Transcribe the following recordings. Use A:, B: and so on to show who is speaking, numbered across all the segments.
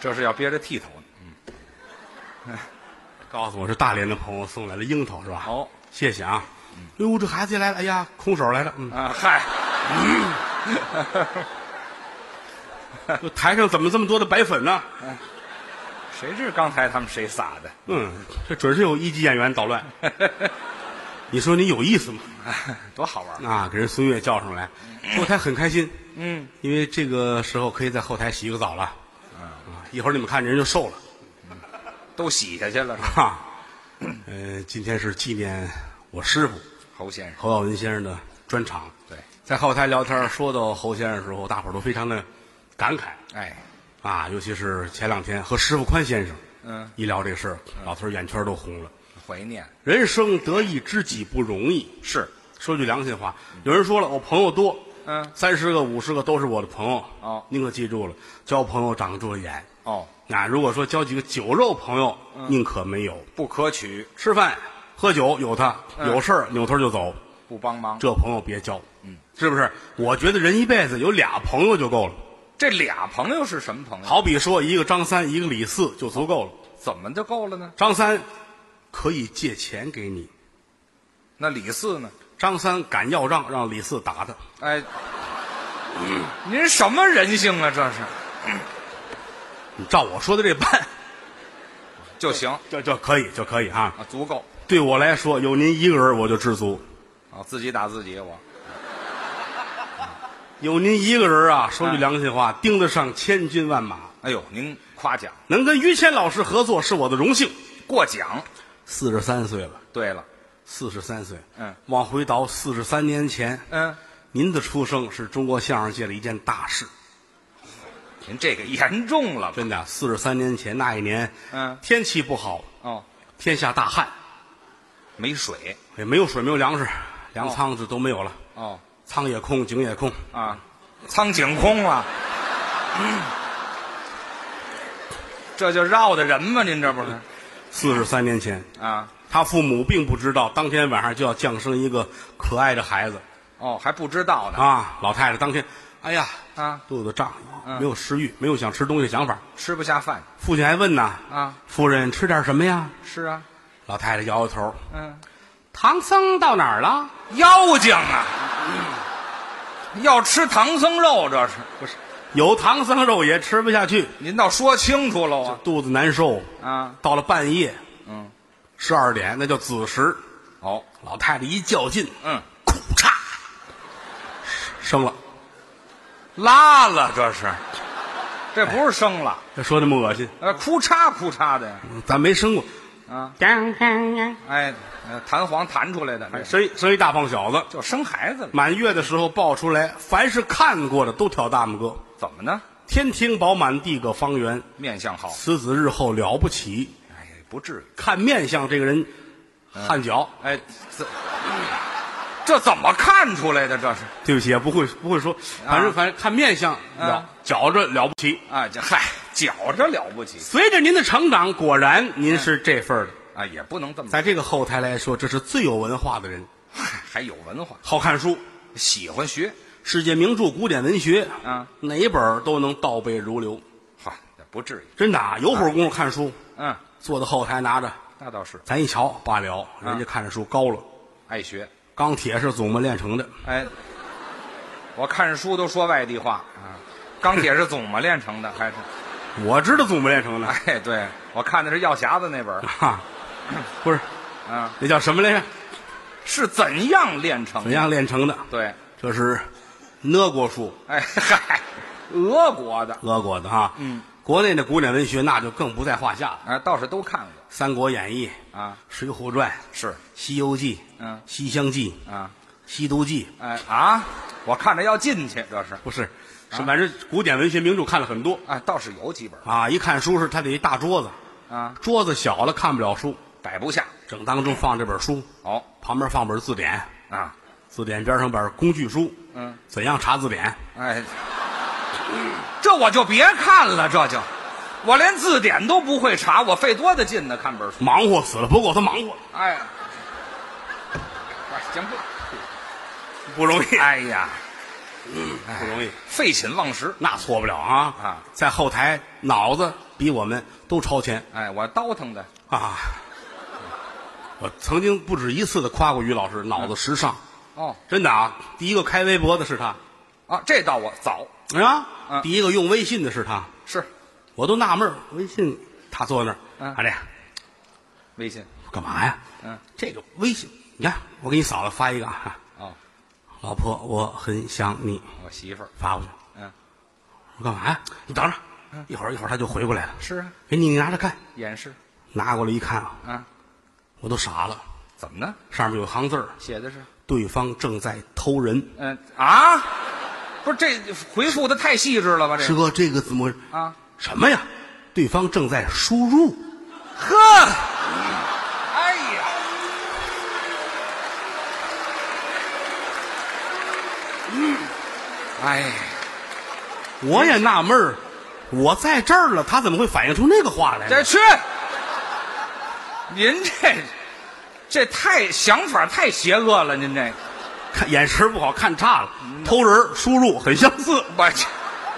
A: 这是要憋着剃头呢。
B: 告诉我是大连的朋友送来的樱桃是吧？
A: 哦，
B: 谢谢啊。
A: 嗯
B: 哟，这孩子也来了，哎呀，空手来了。 嗯，
A: 啊，嗨，
B: 这台上怎么这么多的白粉呢？
A: 谁知刚才他们谁撒的？
B: 嗯，这准是有一级演员 捣乱。你说你有意思吗？
A: 多好玩儿！
B: 啊，给人孙越叫上来，后台很开心。
A: 嗯，
B: 因为这个时候可以在后台洗个澡了。啊，一会儿你们看人就瘦了。
A: 都洗下去了，
B: 哈、
A: 嗯
B: 呃，今天是纪念我师傅
A: 侯先生。
B: 侯耀文先生的专场。
A: 对，
B: 在后台聊天说到侯先生的时候，大伙儿都非常的感慨
A: 哎，
B: 啊，尤其是前两天和石富宽先生，
A: 嗯，
B: 一聊这事儿，老头儿眼圈都红了。
A: 怀念
B: 人生得一知己不容易，
A: 是
B: 说句良心话，有人说了，我朋友多，
A: 嗯
B: 三十个、五十个都是我的朋友。
A: 哦
B: 您可记住了，交朋友长住了眼。
A: 哦，
B: 啊，如果说交几个酒肉朋友，
A: 嗯
B: 宁可没有。
A: 不可取，
B: 吃饭喝酒有他，
A: 嗯
B: 有事儿扭头就走，
A: 不帮忙。
B: 这朋友别交。嗯，是不是？我觉得人一辈子有俩朋友就够了。
A: 这俩朋友是什么朋友？，
B: 好比说，一个张三，一个李四就足够了。
A: 怎么就够了呢？
B: 张三可以借钱给你，
A: 那李四呢？
B: 张三敢要账，让李四打他。
A: 哎，您什么人性啊？这是
B: 你照我说的这办，
A: 就行
B: 这这可以，就可以啊。
A: 啊，足够
B: 对我来说，有您一个人我就知足。
A: 啊，自己打自己我。
B: 有您一个人啊，说句良心话，盯得上千军万马，
A: 哎呦，您夸奖
B: 能跟于谦老师合作是我的荣幸。
A: 过奖。
B: 四十三岁了，
A: 对了，
B: 四十三岁，
A: 嗯，
B: 往回倒四十三年前，
A: 嗯，
B: 您的出生是中国相声界的一件大事，
A: 您这个严重了吧？
B: 真的。四十三年前那一年，
A: 嗯
B: 天气不好，
A: 哦，
B: 天下大旱，
A: 没水
B: 也没有水，没有粮食，粮仓子都没有了，
A: 哦
B: 仓也空，井也空，
A: 啊，苍井空啊 了。这就绕的人吗？您这不是
B: 四十三年前。
A: 啊？
B: 他父母并不知道，当天晚上就要降生一个可爱的孩子
A: 哦，还不知道呢。
B: 啊！老太太当天，哎呀，
A: 啊
B: 肚子胀，没有食欲，没有想吃东西的想法。
A: 吃不下饭
B: 父亲还问呢，
A: 啊？
B: 夫人吃点什么呀？
A: 是啊，
B: 老太太摇摇头，
A: 嗯，
B: 唐僧到哪儿了？
A: 妖精啊，嗯要吃唐僧肉这是？不是，
B: 有唐僧肉也吃不下去，
A: 您倒说清楚了啊
B: 肚子难受。
A: 啊！
B: 到了半夜，
A: 嗯，
B: 十二点那叫子时，
A: 哦，
B: 老太太一较劲，
A: 嗯，
B: 库嚓，生了。
A: 拉了这是，这不是生了，
B: 说那么恶心，
A: 呃，哭嚓哭嚓的呀
B: 嗯咱没生过。
A: 啊！
B: 当当当
A: 哎，呃弹簧弹出来的，这
B: 生一生一大胖小子，
A: 就生孩子了，
B: 满月的时候抱出来，凡是看过的都挑大拇哥。
A: 怎么呢？
B: 天庭饱满，地阁方圆，
A: 面相好，
B: 此子日后了不起。
A: 哎呀，不至于。
B: 看面相，这个人汗脚。
A: 哎，这这怎么看出来的？这是
B: 对不起啊，不嗯会不会说，反正反正看面相了，觉着了不起。
A: 啊，这嗨，觉着了不起
B: 随着您的成长，果然您是这份儿的。
A: 啊，也不能这么，哎
B: 在这个后台来说，这是最有文化的人，
A: 还有文化，
B: 好看书，
A: 喜欢学，
B: 世界名著、古典文学，
A: 嗯，
B: 哪一本儿都能倒背如流。
A: 哈，这不至于。
B: 真的啊，有会儿功夫看书，
A: 嗯，
B: 坐在后台拿着，
A: 那倒是
B: 咱一瞧罢了，人家看着书高了。
A: 爱学。
B: 钢铁是祖母炼成的，
A: 哎，我看书都说外地话啊。钢铁是怎么炼成的？还是
B: 我知道祖母炼成的，
A: 哎，对我看的是药匣子那本儿
B: 哈，不是，
A: 啊，
B: 那叫什么来着？
A: 是怎样炼成的？
B: 怎样炼成的？
A: 对，
B: 这是俄国书，
A: 哎嗨，俄国的
B: 俄国的哈。嗯，国内的古典文学那就更不在话下了，《
A: 啊，倒是都看过
B: 三国演义》《
A: 啊，
B: 水浒传》《
A: 是
B: 西游记》
A: 嗯
B: 《西厢记》《
A: 啊，
B: 西毒记》，啊
A: 哎啊，我看着要进去，这是
B: 不是，是反正古典文学名著看了很多
A: 啊，倒是有几本
B: 啊。一看书是他得一大桌子，
A: 啊，
B: 桌子小了看不了书，
A: 摆不下。
B: 正当中放这本书，
A: 哦
B: 旁边放本字典，
A: 啊，
B: 字典边上本工具书，
A: 嗯，
B: 怎样查字典？
A: 哎，这我就别看了，这就。我连字典都不会查，我费多大劲呢？看本书，
B: 忙活死了，不够他忙活的，
A: 哎，行不？
B: 不容易，
A: 哎呀，
B: 哎不容易，
A: 废寝忘食
B: 那错不了啊
A: 啊！
B: 在后台脑子比我们都超前
A: 哎，我倒腾的，
B: 啊！我曾经不止一次的夸过于老师脑子时尚，
A: 哦，
B: 真的啊！第一个开微博的是他
A: 啊，这倒我早
B: 啊，
A: 嗯
B: 第一个用微信的是他，
A: 是
B: 我都纳闷儿微信他坐那儿，
A: 嗯
B: 啊这
A: 微信，
B: 干嘛呀？
A: 嗯，
B: 这个微信，你看我给你嫂子发一个啊，
A: 哦，
B: 老婆，我很想你，
A: 我媳妇儿，
B: 发过去。
A: 嗯，
B: 我干嘛呀？你等着，一会儿一会儿他就回过来了。
A: 是啊，
B: 给你，你拿着看，
A: 演示
B: 拿过来一看啊，
A: 啊，
B: 我都傻了，
A: 怎么呢？
B: 上面有行字儿
A: 写的是，
B: 对方正在偷人。
A: 嗯啊，不是这回复的太细致了吧？这
B: 师
A: 个
B: 哥，这个怎么
A: 啊，
B: 什么呀？对方正在输入，
A: 呵，哎呀，嗯，哎，
B: 我也纳闷儿，我在这儿了，他怎么会反映出那个话来呢？
A: 这去，您这这太想法太邪恶了，您这
B: 看眼神不好看差了，偷人儿输入很相似，
A: 我这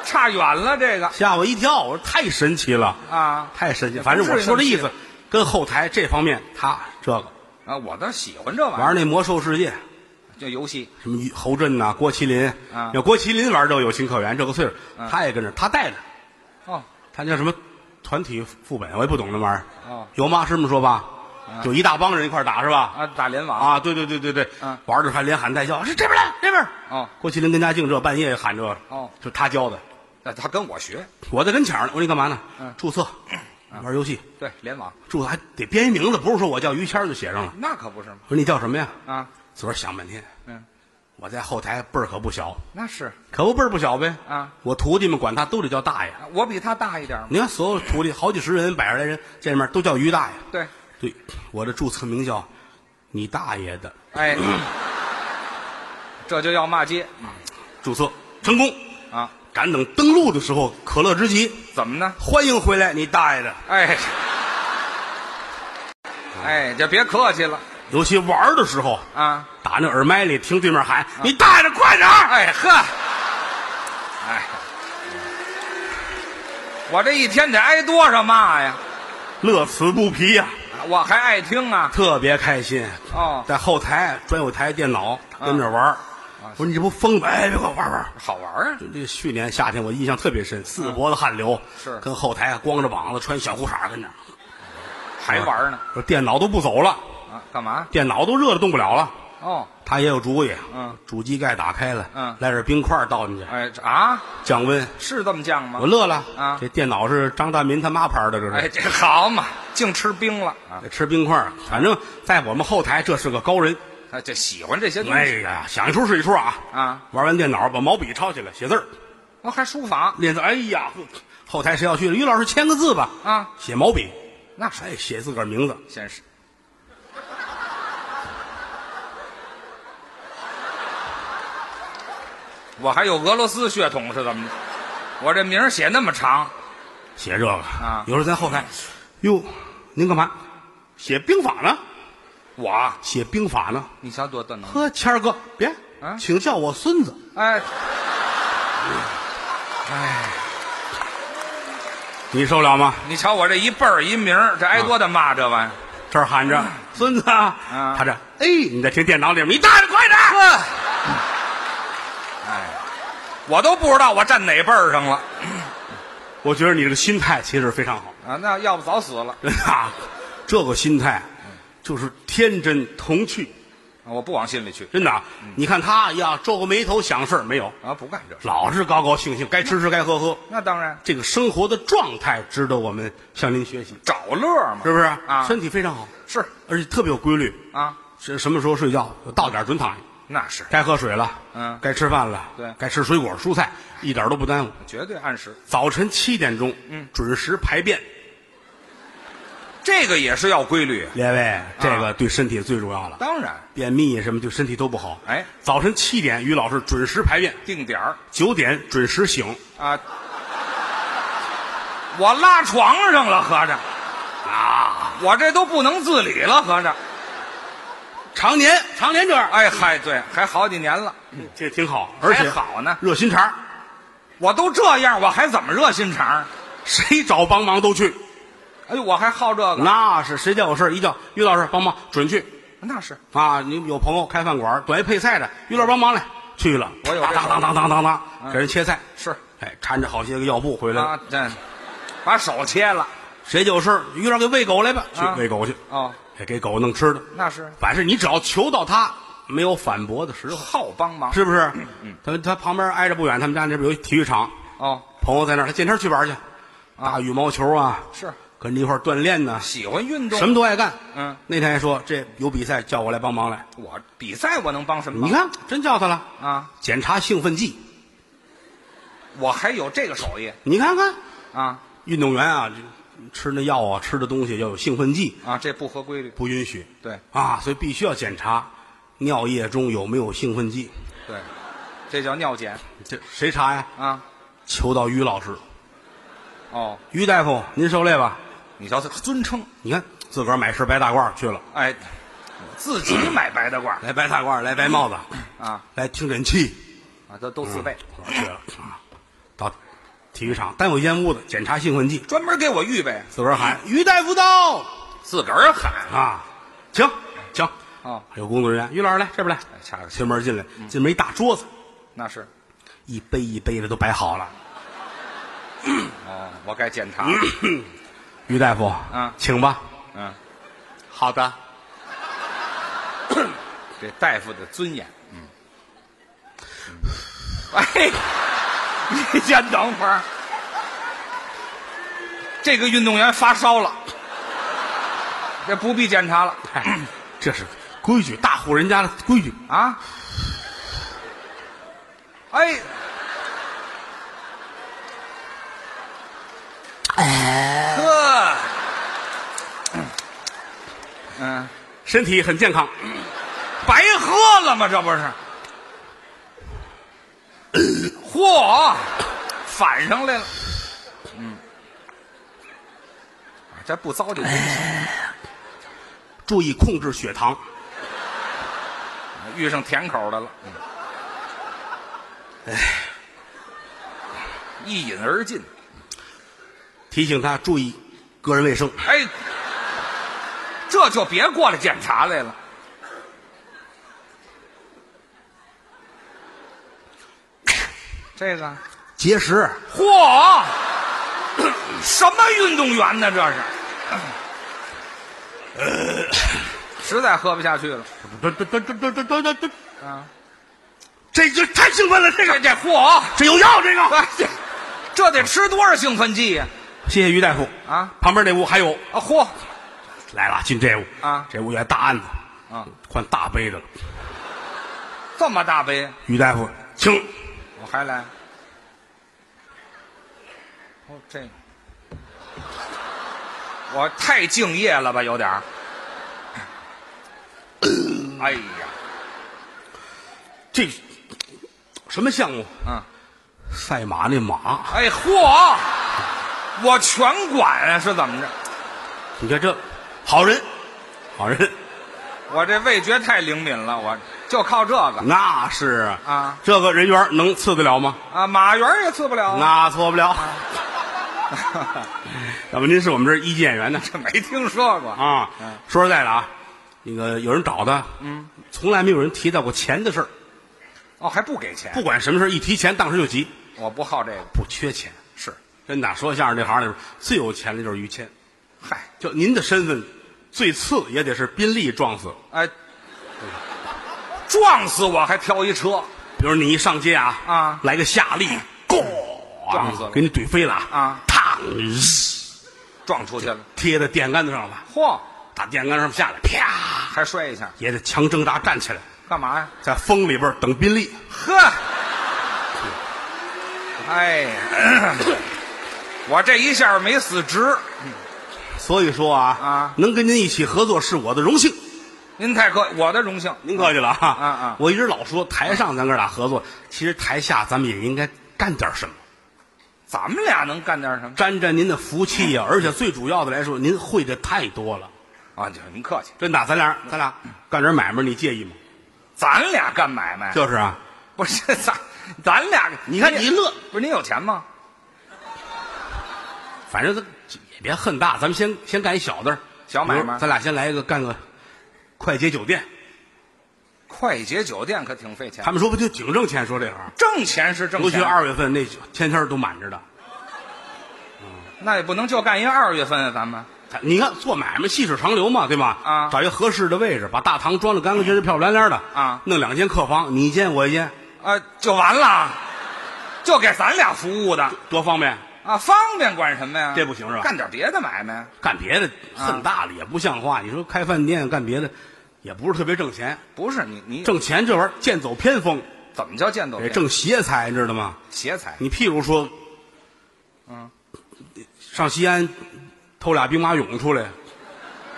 A: 差远了，这个
B: 吓我一跳，我说太神奇了，
A: 啊
B: 太神奇了。反正我说这意思，跟后台这方面他这个
A: 啊，我倒喜欢这玩意儿，
B: 玩那魔兽世界，
A: 就游戏
B: 什么侯震呐、郭麒麟
A: 啊
B: 要郭麒麟玩这个有情可原，这个岁数他也跟着，他带着，
A: 哦，
B: 他叫什么团体副本，我也不懂那玩意儿。
A: 哦
B: 有吗？是这么说吧？就一大帮人一块儿打是吧？
A: 啊，打联网
B: 啊，对对对对对
A: 啊，
B: 玩着还连喊带叫，是这边来这边。
A: 哦，
B: 郭麒麟跟家净这半夜喊这，
A: 哦，
B: 就他教的，
A: 那他跟我学，
B: 我在跟前儿呢，我说你干嘛呢？
A: 嗯
B: 注册，玩游戏，
A: 对联网，
B: 注册还得编一名字，不是说我叫于谦儿就写上了。
A: 那可不是吗？
B: 我说你叫什么呀？
A: 啊，
B: 自个儿想半天，
A: 嗯，
B: 我在后台辈儿可不小，
A: 那是
B: 可不辈儿不小呗。
A: 啊，
B: 我徒弟们管他都得叫大爷。
A: 啊我比他大一点嘛，
B: 你看，所有徒弟好几十人、百十来人见面都叫于大爷。
A: 对，
B: 对，我的注册名叫你大爷的
A: 哎，这就要骂街
B: 注册成功。
A: 啊？
B: 赶等登录的时候，可乐之极，
A: 怎么呢？
B: 欢迎回来，你大爷的！
A: 哎，哎，就别客气了
B: 尤其玩儿的时候，
A: 啊！
B: 打那耳麦里听对面喊：“你大爷的，快点儿！”
A: 哎呵，哎，我这一天得挨多少骂呀？
B: 乐此不疲呀、
A: 我还爱听啊！
B: 特别开心。啊
A: 哦，
B: 在后台专有台电脑跟着玩儿，我说你这不疯吗？哎，别给我玩玩。
A: 好玩啊！
B: 这去年夏天我印象特别深，四脖子汗流，
A: 是
B: 跟后台光着膀子穿小裤衩儿跟那儿
A: 还玩呢？
B: 说电脑都不走了，
A: 啊，干嘛？
B: 电脑都热的动不了了。
A: 哦，
B: 他也有主意，
A: 嗯，
B: 主机盖打开了，
A: 嗯
B: 来点冰块倒进去
A: 哎这啊，
B: 降温。
A: 是这么犟吗
B: 我？乐了
A: 啊
B: 这电脑是张大民他妈牌儿的，这
A: 哎，
B: 是。
A: 这好嘛，净吃冰了啊！
B: 吃冰块儿，反正在我们后台这是个高人。
A: 他这喜欢这些东
B: 哎
A: 西
B: 呀，想一出是一出啊！
A: 啊！
B: 玩完电脑，把毛笔抄起来写字儿，
A: 我哦还书法
B: 练字。哎呀，后台谁要去了？于老师签个字吧。
A: 啊，
B: 写毛笔，
A: 那是
B: 哎，写自个儿名字。
A: 先是我还有俄罗斯血统是怎么着？我这名儿写那么长
B: 写这个
A: 啊
B: 有时候在后台，哟，您干嘛？写兵法呢？
A: 我
B: 写兵法呢？
A: 你瞧多断能耐！
B: 呵，谦儿哥，别，
A: 啊
B: 请叫我孙子。
A: 哎，
B: 你受了吗？
A: 你瞧我这一辈儿一名儿，这挨多大骂这玩意儿！
B: 这儿喊
A: 嗯
B: 着孙子，
A: 啊
B: 他这，哎，你在听电脑里面，你大爷快点！
A: 嗯哎，我都不知道我站哪辈儿上了
B: 我觉得你这个心态其实非常好，
A: 啊！那要不早死了，
B: 真的啊，这个心态就是天真童趣，
A: 啊我不往心里去
B: 真的啊。
A: 嗯
B: 你看他呀，皱个眉头想事儿没有，
A: 啊！不干这事，
B: 老是高高兴兴，该吃吃，该喝喝。
A: 那当然
B: 这个生活的状态值得我们向您学习，
A: 找乐儿嘛，
B: 是不是？
A: 啊
B: 身体非常好，
A: 是
B: 而且特别有规律，
A: 啊，
B: 是什么时候睡觉到点儿准躺下，
A: 那是
B: 该喝水了，
A: 嗯
B: 该吃饭了，
A: 对
B: 该吃水果蔬菜，一点儿都不耽误。
A: 绝对按时，
B: 早晨七点钟，嗯，准时排便。
A: 这个也是要规律，啊
B: 列位，这个对身体最重要了，
A: 当然
B: 便秘什么对身体都不好。
A: 哎，
B: 早晨七点，于老师准时排便，
A: 定点儿
B: 九点准时醒
A: 啊。我拉床上了，合着
B: 啊。
A: 我这都不能自理了，合着。
B: 常年常年这样，
A: 哎嗨，对，还好几年了，
B: 这挺好，而且
A: 还好呢
B: 热心肠儿。
A: 我都这样，我还怎么热心肠？
B: 谁找帮忙都去。
A: 哎呦，我还好这个，
B: 那是谁家有事儿一叫于老师帮忙，准去
A: 那是
B: 啊！你有朋友开饭馆，短一配菜的，于老师帮忙来，去了。
A: 我有
B: 当
A: 这手
B: 当
A: 艺
B: 当当当当，给人切菜，
A: 是
B: 哎，缠着好些个药布回来了。
A: 啊，这把手切了
B: 谁家有事儿，于老师给喂狗来吧，去
A: 啊
B: 喂狗去，
A: 哦，
B: 哎，给狗弄吃的。
A: 那是
B: 反正你只要求到他没有反驳的时候，
A: 好帮忙
B: 是不是？他他旁边挨着不远，他们家那边有一体育场，
A: 哦，
B: 朋友在那儿，他见天去玩去，打羽毛球啊，
A: 是
B: 跟着一块儿锻炼呢，
A: 喜欢运动
B: 什。么都爱干。
A: 嗯，
B: 那天还说这有比赛，叫我来帮忙来。
A: 我比赛我能帮什么
B: 你
A: 忙？
B: 看，真叫他了。
A: 啊，
B: 检查兴奋剂，
A: 我还有这个手艺
B: 你看看
A: 啊
B: 运动员啊，这吃那药啊，吃的东西要有兴奋剂，
A: 啊，这不合规律。
B: 不允许
A: 对
B: 啊，所以必须要检查尿液中有没有兴奋剂。
A: 对，这叫尿检
B: 这谁查呀？
A: 啊。
B: 求到于老师，
A: 哦，
B: 于大夫，您受累吧。
A: 你瞧他尊称，
B: 你看自个儿买身白大褂去了，
A: 哎，自己买白大褂
B: 来白大褂，来 白帽子，
A: 啊
B: 来听诊器，
A: 啊，都都自备，
B: 我说去了啊，到体育场单有一间屋子检查兴奋剂，
A: 专门给我预备，
B: 自个儿喊
A: 嗯
B: 于大夫到
A: 自个儿喊
B: 啊，请请，
A: 哦，嗯
B: 有工作人员，于老师来这边来，
A: 掐哎个
B: 推门进来，进门一大桌子，
A: 那是
B: 一杯一杯的都摆好了，
A: 哦，我该检查，
B: 于大夫，
A: 嗯
B: 请吧，
A: 嗯，
B: 好的，
A: 这大夫的尊严，嗯，哎，你先等会儿，这个运动员发烧了，这不必检查了
B: 哎，这是规矩，大户人家的规矩，
A: 啊，哎，呵，嗯，
B: 身体很健康，
A: 白喝了吗？这不是？嚯，反上来了。嗯，啊这不糟就不行。
B: 注意控制血糖，
A: 遇上甜口的了。嗯哎，一饮而尽。
B: 提醒他注意个人卫生。
A: 哎，这就别过来检查来了。这个，
B: 节食，
A: 嚯，什么运动员呢？这是，实在喝不下去了
B: 这这这这这这这这这，
A: 啊！
B: 这就太兴奋了，这
A: 这
B: 个
A: 这嚯，
B: 这有药，这个。
A: 哎这这得吃多少兴奋剂呀、
B: 谢谢于大夫
A: 啊，
B: 旁边那屋还有
A: 啊？嚯
B: 来了，进这屋
A: 啊
B: 这屋也大案子，
A: 啊，
B: 换大杯的了。
A: 这么大杯，
B: 于大夫，请
A: 我还来。哦，这个我太敬业了吧，有点儿。哎呀，
B: 这什么项目？
A: 嗯，
B: 赛马那马，
A: 哎嚯，我全管啊，是怎么着？
B: 你看这好人，好人
A: 我这味觉太灵敏了，我就靠这个
B: 那是
A: 啊，
B: 这个人缘能次得了吗？
A: 啊，马原儿也刺不了啊，
B: 那错不了。要不您是我们这儿一级演员呢？
A: 这 没听说过。
B: 啊
A: 嗯，
B: 说实在的啊，那个有人找他，嗯，从来没有人提到过钱的事儿，
A: 哦，还不给钱？
B: 不管什么事儿，一提钱当时就急，
A: 我不好这个。
B: 不缺钱。
A: 是，
B: 真的，说相声这行里边最有钱的就是于谦，
A: 嗨，
B: 就您的身份，最次也得是宾利撞死。
A: 哎，撞死我还挑一车，
B: 比如你一上街啊，
A: 啊
B: 来个夏利，咣，
A: 撞死了
B: 给你怼飞了
A: 啊，
B: 烫，
A: 撞出去了。
B: 贴在电杆子上了，
A: 嚯，
B: 打电杆上下来，啪，
A: 还摔一下，
B: 也得强挣扎站起来，
A: 干嘛呀？
B: 在风里边等宾利。
A: 呵，哎，我这一下没死直，
B: 所以说啊，
A: 啊
B: 能跟您一起合作是我的荣幸。
A: 您太客，我的荣幸。
B: 您客气了啊！
A: 啊啊
B: 我一直老说台上咱哥俩合作，其实台下咱们也应该干点什么，
A: 咱们俩能干点什么
B: 沾沾您的福气
A: 嗯
B: 呀、而且最主要的来说，您会的太多了，
A: 啊？就您客气，
B: 真的，咱俩
A: 嗯
B: 咱俩干点买卖，你介意吗？
A: 咱俩干买卖
B: 就是啊，
A: 不是咱，咱俩
B: 你看你一乐，
A: 不是您有钱吗？
B: 反正咱也别恨大，咱们先先干一小的儿
A: 小买卖嗯
B: 比如咱俩先来一个干个快捷酒店。
A: 快捷酒店可挺费钱
B: 他，们说不就挺挣钱，说这行，
A: 挣钱是挣
B: 尤其
A: 钱，
B: 二月份那天天都满着的。
A: 那也不能就干一二月份啊，咱们
B: 他你看做买卖细水长流嘛，对吧？
A: 啊
B: 找一个合适的位置，把大堂装的干干净净、漂漂亮亮的
A: 啊
B: 弄两间客房，你一间我一间，
A: 啊就完了，就给咱俩服务的
B: 多方便。
A: 啊，方便管什么呀？
B: 这不行是吧
A: 干点别的买卖，啊
B: 干别的恨大了也不像话，你说开饭店干别的，也不是特别挣钱，
A: 不是你你
B: 挣钱这玩意儿剑走偏锋，
A: 怎么叫见斗
B: 得
A: 骗？
B: 挣邪财，你知道吗？
A: 邪财
B: 你譬如说，
A: 嗯
B: 上西安偷俩兵马俑出来，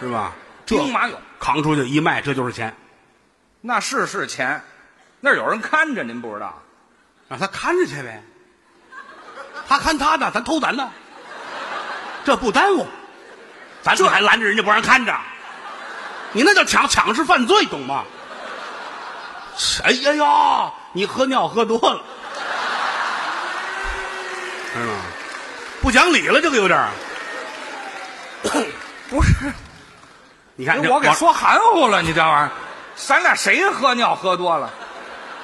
B: 是吧？这
A: 兵马俑
B: 扛出去一卖，这就是钱，
A: 那是是钱，那儿有人看着您不知道，
B: 让他看着去呗。他看他的，咱偷咱的，这不耽误。咱这还拦着人家不让看着，你那叫抢，抢是犯罪，懂吗？哎呀呀，你喝尿喝多了，是吗？不讲理了，这个有点儿。
A: 不是
B: 你看这
A: 哎我给
B: 网
A: 说含糊了，你这玩意儿， 咱俩谁喝尿喝多了？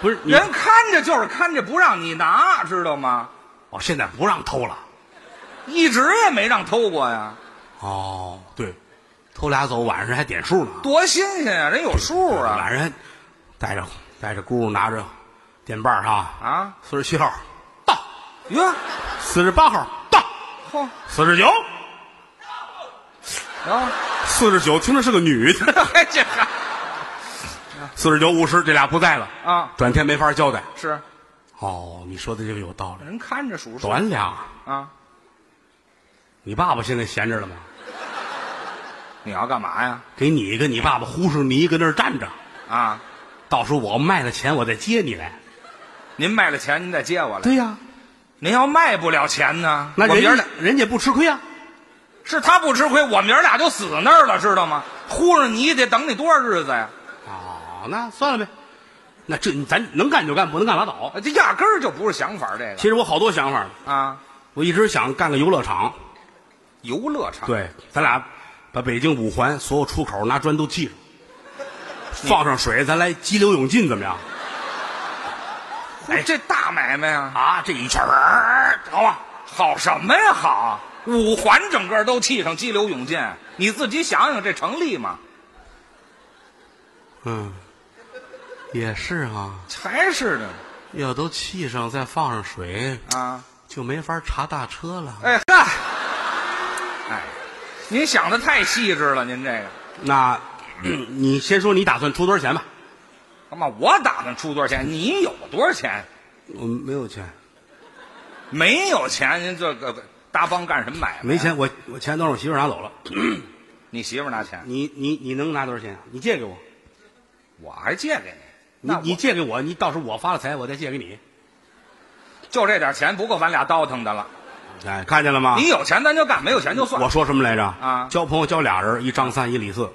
B: 不是你
A: 人看着就是看着，不让你拿，知道吗？
B: 哦，现在不让偷了。
A: 一直也没让偷过呀，
B: 哦，对，偷俩走，晚上还点数呢。
A: 多新鲜呀、人有数啊！
B: 晚上还带着带着姑拿着电棒哈
A: 啊，
B: 四十七号到，
A: 哟，
B: 四十八号到，
A: 嚯，
B: 四十九
A: 然后
B: 四十九，听着是个女的，
A: 哎这 还
B: 四十九五十这俩不在了
A: 啊，
B: 转天没法交代。
A: 是
B: 哦，你说的这个有道理。
A: 人看着数数
B: 短俩，
A: 啊！
B: 你爸爸现在闲着了吗？
A: 你要干嘛呀？
B: 给你一个，你爸爸呼哧你一个那儿站着，
A: 啊，
B: 到时候我卖了钱，我再接你来。
A: 您卖了钱，您再接我来。
B: 对呀、
A: 您要卖不了钱呢，
B: 那
A: 我
B: 人
A: 明儿
B: 家
A: 俩
B: 人家不吃亏啊。
A: 是他不吃亏，我明儿俩就死那儿了，知道吗？糊着你得等你多少日子呀？
B: 哦，那算了呗，那这咱能干就干，不能干拉倒。
A: 哎这压根儿就不是想法，这
B: 其实我好多想法，
A: 个啊，
B: 我一直想干个游乐场。
A: 游乐场
B: 对，咱俩把北京五环所有出口拿砖都砌上，放上水，咱来激流勇进，怎么样？
A: 哎，这大买卖啊，
B: 啊，这一圈儿好吧？
A: 好什么呀？好，五环整个都砌上激流勇进，你自己想想，这成立吗？
B: 嗯，也是啊，
A: 还是的
B: 要都砌上再放上水，
A: 啊！
B: 就没法查大车了。
A: 哎嗨，哎，您想的太细致了，您这个
B: 那， 你先说你打算出多少钱吧？
A: 干嘛？我打算出多少钱？你有多少钱？
B: 我没有钱，
A: 没有钱，您这个搭帮干什么买卖？啊
B: 没，钱，我我钱都让我媳妇儿拿走了。
A: 你媳妇儿拿钱，
B: 你你你能拿多少钱啊？你借给我，
A: 我还借给你。
B: 你
A: 那我
B: 你借给我，你到时候我发了财，我再借给你。
A: 就这点钱不够咱俩倒腾的了。
B: 哎，看见了吗？
A: 你有钱咱就干，没有钱就算。
B: 我说什么来着？
A: 啊
B: 交朋友交俩人，一张三一李四，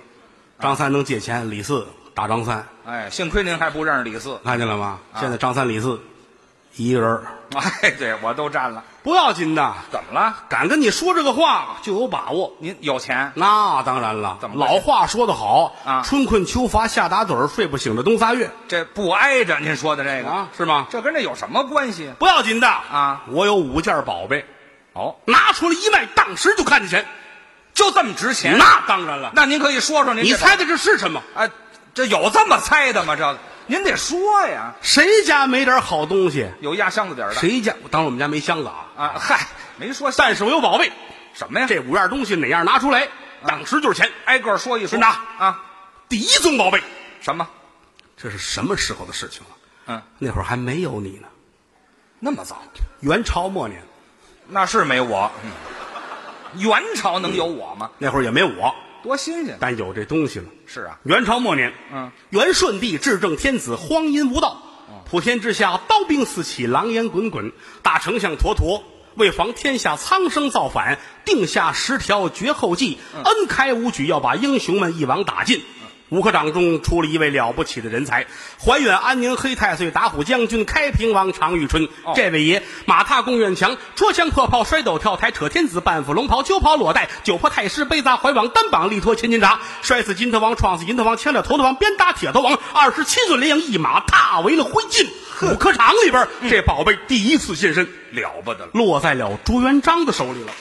B: 张三能借钱，李四打张三，
A: 哎，幸亏您还不认识李四。
B: 看见了吗？
A: 啊
B: 现在张三李四一个人儿
A: 哎，对我都占了。
B: 不要紧的，
A: 怎么了？
B: 敢跟你说这个话就有把握。
A: 您有钱？
B: 那当然了，
A: 怎么回事
B: 老话说得好
A: 啊
B: 春困秋乏夏打盹儿，睡不醒的冬仨月
A: 这不挨着您说的这个，
B: 啊，是吗？
A: 这跟这有什么关系？
B: 不要紧的
A: 啊，
B: 我有五件宝贝，
A: 哦，
B: 拿出来一卖，当时就看见钱。
A: 就这么值钱？
B: 那当然了，
A: 那您可以说说您
B: 你
A: 这
B: 猜的这是什么？
A: 哎，这有这么猜的吗？这个您得说呀，
B: 谁家没点好东西？
A: 有压箱子底儿的
B: 谁家？当然我们家没箱子啊，
A: 啊？嗨，没说
B: 但是我有宝贝，
A: 什么呀？
B: 这五样东西哪样拿出
A: 嗯
B: 来，当时就是钱。
A: 挨个说一说。
B: 是的
A: 啊，
B: 第一宗宝贝，
A: 什么？
B: 这是什么时候的事情了？
A: 嗯，
B: 那会儿还没有你呢，
A: 那么早？
B: 元朝末年
A: 那是没我。嗯元朝能有我吗？
B: 那会儿也没我，
A: 多新鲜！
B: 但有这东西了。
A: 是啊，
B: 元朝末年，
A: 嗯，
B: 元顺帝至正天子，荒淫无道，普天之下刀兵四起，狼烟滚滚，大丞相陀陀。为防天下苍生造反，定下十条绝后计，恩开五举，要把英雄们一网打尽。吴科长中出了一位了不起的人才，怀远安宁黑太岁、打虎将军、开平王常遇春。
A: 哦
B: 这位爷马踏贡院墙，戳枪破炮、摔斗跳台、扯天子、半斧龙袍、揪袍裸带、九破太师、背砸怀网、单膀力托千斤闸，摔死金头王，撞死银头王，牵了头头王，鞭打铁头王，二十七岁连营一马踏为了灰烬。五科场里边，这宝贝第一次现身，
A: 了不得了。
B: 落在了朱元璋的手里了。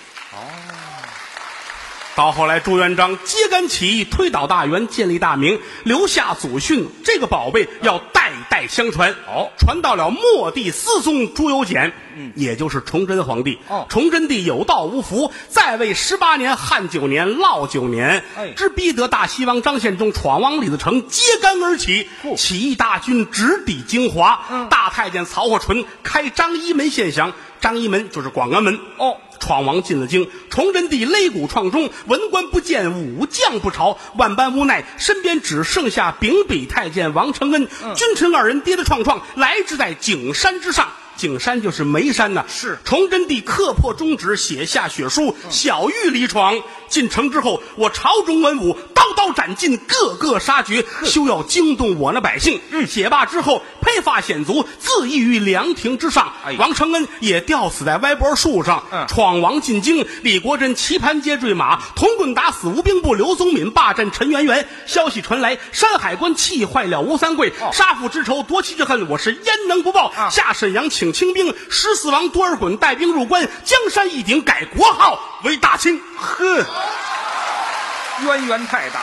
B: 到后来，朱元璋揭竿起义，推倒大元，建立大明，留下祖训。这个宝贝要代代相传，
A: 哦
B: 传到了末帝思宗朱由检，嗯，也就是崇祯皇帝。
A: 哦
B: 崇祯帝有道无福，在位十八年，汉九年，涝九年，
A: 哎
B: 直逼得大西王张献忠闯王李自成，揭竿而起，
A: 嚯
B: 起义大军直抵京华。
A: 嗯
B: 大太监曹货纯开张一门县降，张一门就是广安门。
A: 哦，
B: 闯王进了京，崇祯帝擂鼓创钟，文官不见，武将不朝，万般无奈，身边只剩下秉笔太监王承恩，
A: 嗯
B: 君臣二人跌跌撞撞，来至在景山之上。景山就是眉山呐、
A: 是
B: 崇祯帝刻破中指，写下血书，小玉离床。进城之后，我朝中文武刀刀斩尽，个个杀绝，休要惊动我那百姓。嗯，写罢之后，披发显足，自缢于凉亭之上。
A: 哎
B: 王承恩也吊死在歪脖树上。
A: 嗯
B: 闯王进京，李国珍棋盘街坠马，铜棍打死吴兵部刘宗敏，霸占陈圆圆。消息传来，山海关气坏了吴三桂，
A: 哦
B: 杀父之仇，夺妻之恨，我是焉能不报？
A: 啊
B: 下沈阳请清兵，十四王多尔衮带兵入关，江山一顶，改国号为大清。呵，
A: 渊源太大。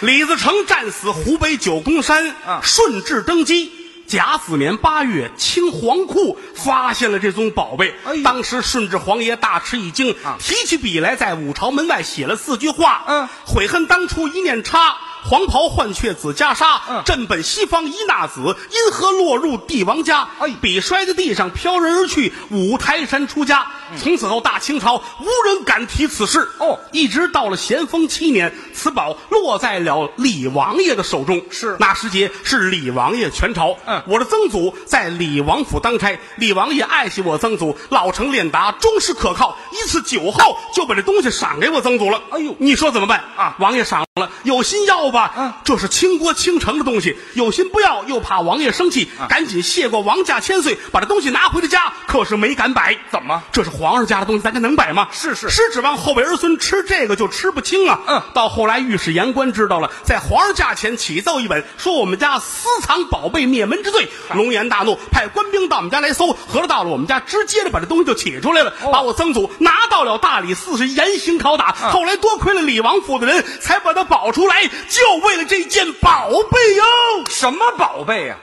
B: 李自成战死湖北九宫山，
A: 啊
B: 顺治登基。甲子年八月，清皇库发现了这宗宝贝。
A: 哎呦
B: 当时顺治皇爷大吃一惊，
A: 啊
B: 提起笔来，在五朝门外写了四句话：
A: 嗯
B: 悔恨当初一念差，黄袍换却紫袈裟，
A: 嗯
B: 朕本西方一纳子，因何落入帝王家？
A: 哎
B: 笔摔在地上，飘然而去。五台山出家，
A: 嗯
B: 从此后大清朝无人敢提此事。
A: 哦
B: 一直到了咸丰七年，此宝落在了李王爷的手中。
A: 是
B: 那时节是李王爷全朝。
A: 嗯
B: 我的曾祖在李王府当差，李王爷爱惜我曾祖，老成练达，忠实可靠，一次酒后就把这东西赏给我曾祖了。
A: 哎呦
B: 你说怎么办
A: 啊
B: 王爷赏了，有心要吧？
A: 嗯
B: 这是倾国倾城的东西，有心不要，又怕王爷生气，
A: 嗯
B: 赶紧谢过王家千岁，把这东西拿回了家，可是没敢摆。
A: 怎么
B: 这是皇上家的东西，咱家能摆吗？
A: 是是
B: 是指望后辈儿孙吃这个就吃不清啊。
A: 嗯
B: 到后来御史言官知道了，在皇上驾前起奏一本，说我们家私藏宝贝灭门之罪，
A: 啊
B: 龙颜大怒，派官兵到我们家来搜，合着到了我们家，直接的把这东西就起出来了，
A: 哦嗯
B: 把我曾祖拿到了大理寺是严刑拷打。后来多亏了李王府的人才把他保出来，就为了这件宝贝哟，
A: 什么宝贝呀、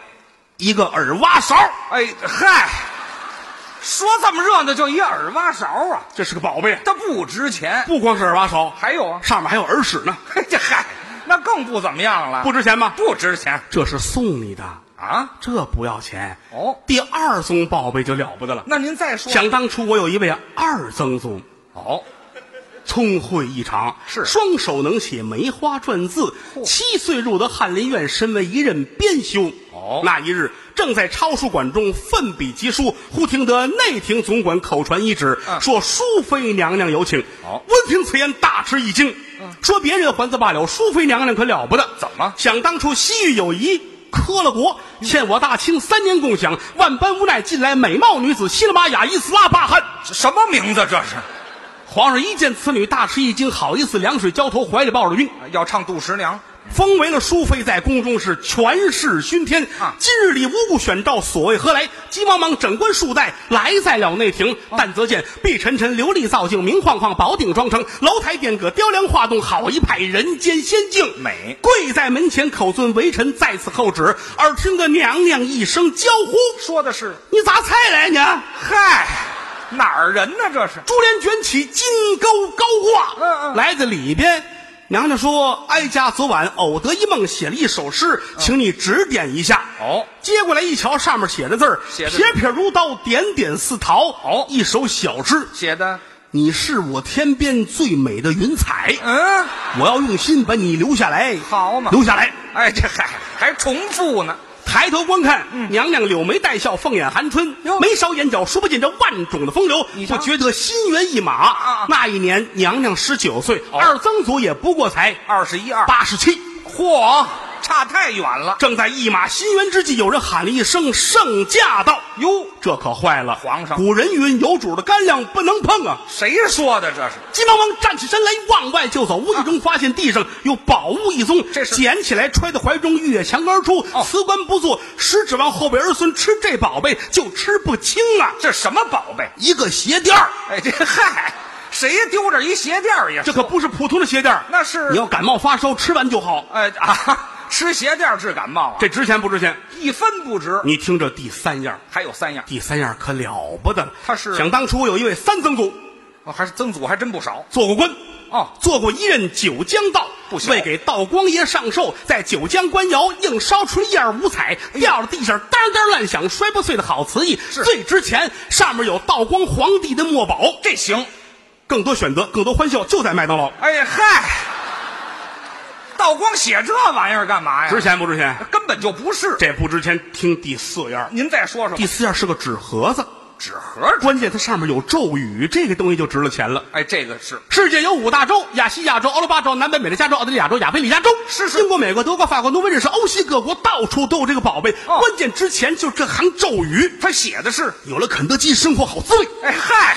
B: 一个耳挖勺，
A: 哎嗨，说这么热闹就一耳挖勺啊，
B: 这是个宝贝，
A: 它不值钱。
B: 不光是耳挖勺，
A: 还有啊，
B: 上面还有耳屎呢，
A: 嘿这嗨，那更不怎么样了，
B: 不值钱吗？
A: 不值钱
B: 这是送你的。
A: 啊。
B: 这不要钱
A: 哦
B: 第二宗宝贝就了不得了。
A: 那您再说
B: 想当初，我有一位二曾祖，
A: 哦，
B: 聪慧异常，
A: 是
B: 双手能写梅花篆字。七岁入得翰林院，身为一任编修。
A: 哦
B: 那一日正在抄书馆中奋笔疾书，忽听得内廷总管口传一旨，
A: 嗯
B: 说淑妃娘娘有请。
A: 哦
B: 闻听此言，大吃一惊。说别人还则罢了，淑妃娘娘可了不得。
A: 嗯怎么嗯
B: 想当初西域有一磕了国，欠我大清三年共享，万般无奈，近来美貌女子西勒玛雅伊斯拉巴汗。
A: 这什么名字这是？
B: 皇上一见此女，大吃一惊，好意思两水浇头，怀里抱着晕。
A: 要唱杜十娘
B: 封为了淑妃，在宫中是权势熏天
A: 啊
B: 今日里无故选召，所谓何来？急忙忙整冠束带，来在了内廷。
A: 啊
B: 但则见碧沉沉，琉璃造镜，明晃晃，宝顶妆成，楼台殿阁，雕梁画栋，好一派人间仙境。
A: 美
B: 跪在门前，口尊微臣在此候旨。耳听得娘娘一声娇呼
A: 说的是：“
B: 你咋才来呢？”
A: 嗨，哪儿人呢这是？
B: 珠帘卷起，金钩高挂。
A: 嗯嗯
B: 来自里边，娘娘说：“哀家昨晚偶得一梦，写了一首诗，请你指点一下。”
A: 嗯哦
B: 接过来一瞧，上面写的字儿，
A: 写的是
B: 撇撇如刀，点点似桃。
A: 哦
B: 一首小诗。
A: 写的
B: 你是我天边最美的云彩，
A: 嗯，
B: 我要用心把你留下来。
A: 好嘛
B: 留下来。
A: 哎这嗨还重复呢。
B: 抬头观看，娘娘柳眉带笑，凤眼含春
A: 嗯哟，
B: 眉梢眼角说不尽这万种的风流，
A: 你瞧
B: 我觉得心猿意马。
A: 啊
B: 那一年，娘娘十九岁，
A: 哦
B: 二曾祖也不过才
A: 二十一二，
B: 八十七。
A: 嚯，差太远了
B: 正在一马心猿之际，有人喊了一声“圣驾到
A: 哟！”，
B: 这可坏了。
A: 皇上
B: 古人云：“有主的干粮不能碰啊
A: 谁说的这是？”
B: 急忙忙站起身来，往外就走。无意中发现地上有宝物一宗，
A: 这是
B: 捡起来揣在怀中，越墙而出，
A: 哦
B: 辞官不做，实指望后辈儿孙吃这宝贝就吃不清啊！
A: 这什么宝贝？
B: 一个鞋垫儿，
A: 哎，这嗨，谁丢这一鞋垫儿也是？
B: 这可不是普通的鞋垫儿，
A: 那是
B: 你要感冒发烧吃完就好，
A: 哎啊，吃鞋垫儿治感冒啊？
B: 这值钱不值钱？
A: 一分不值。
B: 你听这第三样，
A: 还有三样，
B: 第三样可了不得了。
A: 他是
B: 想当初有一位三曾公，
A: 哦还是曾祖还真不少
B: 做过官，
A: 哦。
B: 做过一任九江道，
A: 不小
B: 为给道光爷上寿，在九江官窑硬烧出一二五彩，掉到地上当当乱响，摔不碎的好瓷艺。
A: 哎是
B: 最值钱，上面有道光皇帝的墨宝。
A: 这行，
B: 更多选择，更多欢笑，就在麦当劳。
A: 哎嗨，道光写这玩意儿干嘛呀？
B: 值钱不值钱？
A: 根本就不是。
B: 这不值钱。听第四样，
A: 您再说说
B: 第四样是个纸盒子，
A: 纸盒儿，
B: 关键它上面有咒语，这个东西就值了钱了。
A: 哎，这个是
B: 世界有五大洲：亚细亚洲、欧罗巴洲、南北美洲、加州、澳大利亚州、亚非利加州。
A: 是是
B: 英国、美国、德国、法国、挪威、瑞士、欧西各国到处都有这个宝贝。
A: 哦
B: 关键之前就这行咒语，
A: 他写的是，
B: 有了肯德基，生活好滋味。
A: 哎嗨，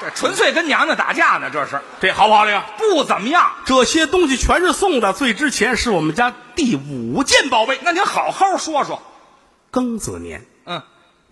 A: 这纯粹跟娘娘打架呢，这是
B: 这好不好？这个
A: 不怎么样。
B: 这些东西全是送的，最值钱是我们家第五件宝贝。
A: 那您好好说说，
B: 庚子年，
A: 嗯，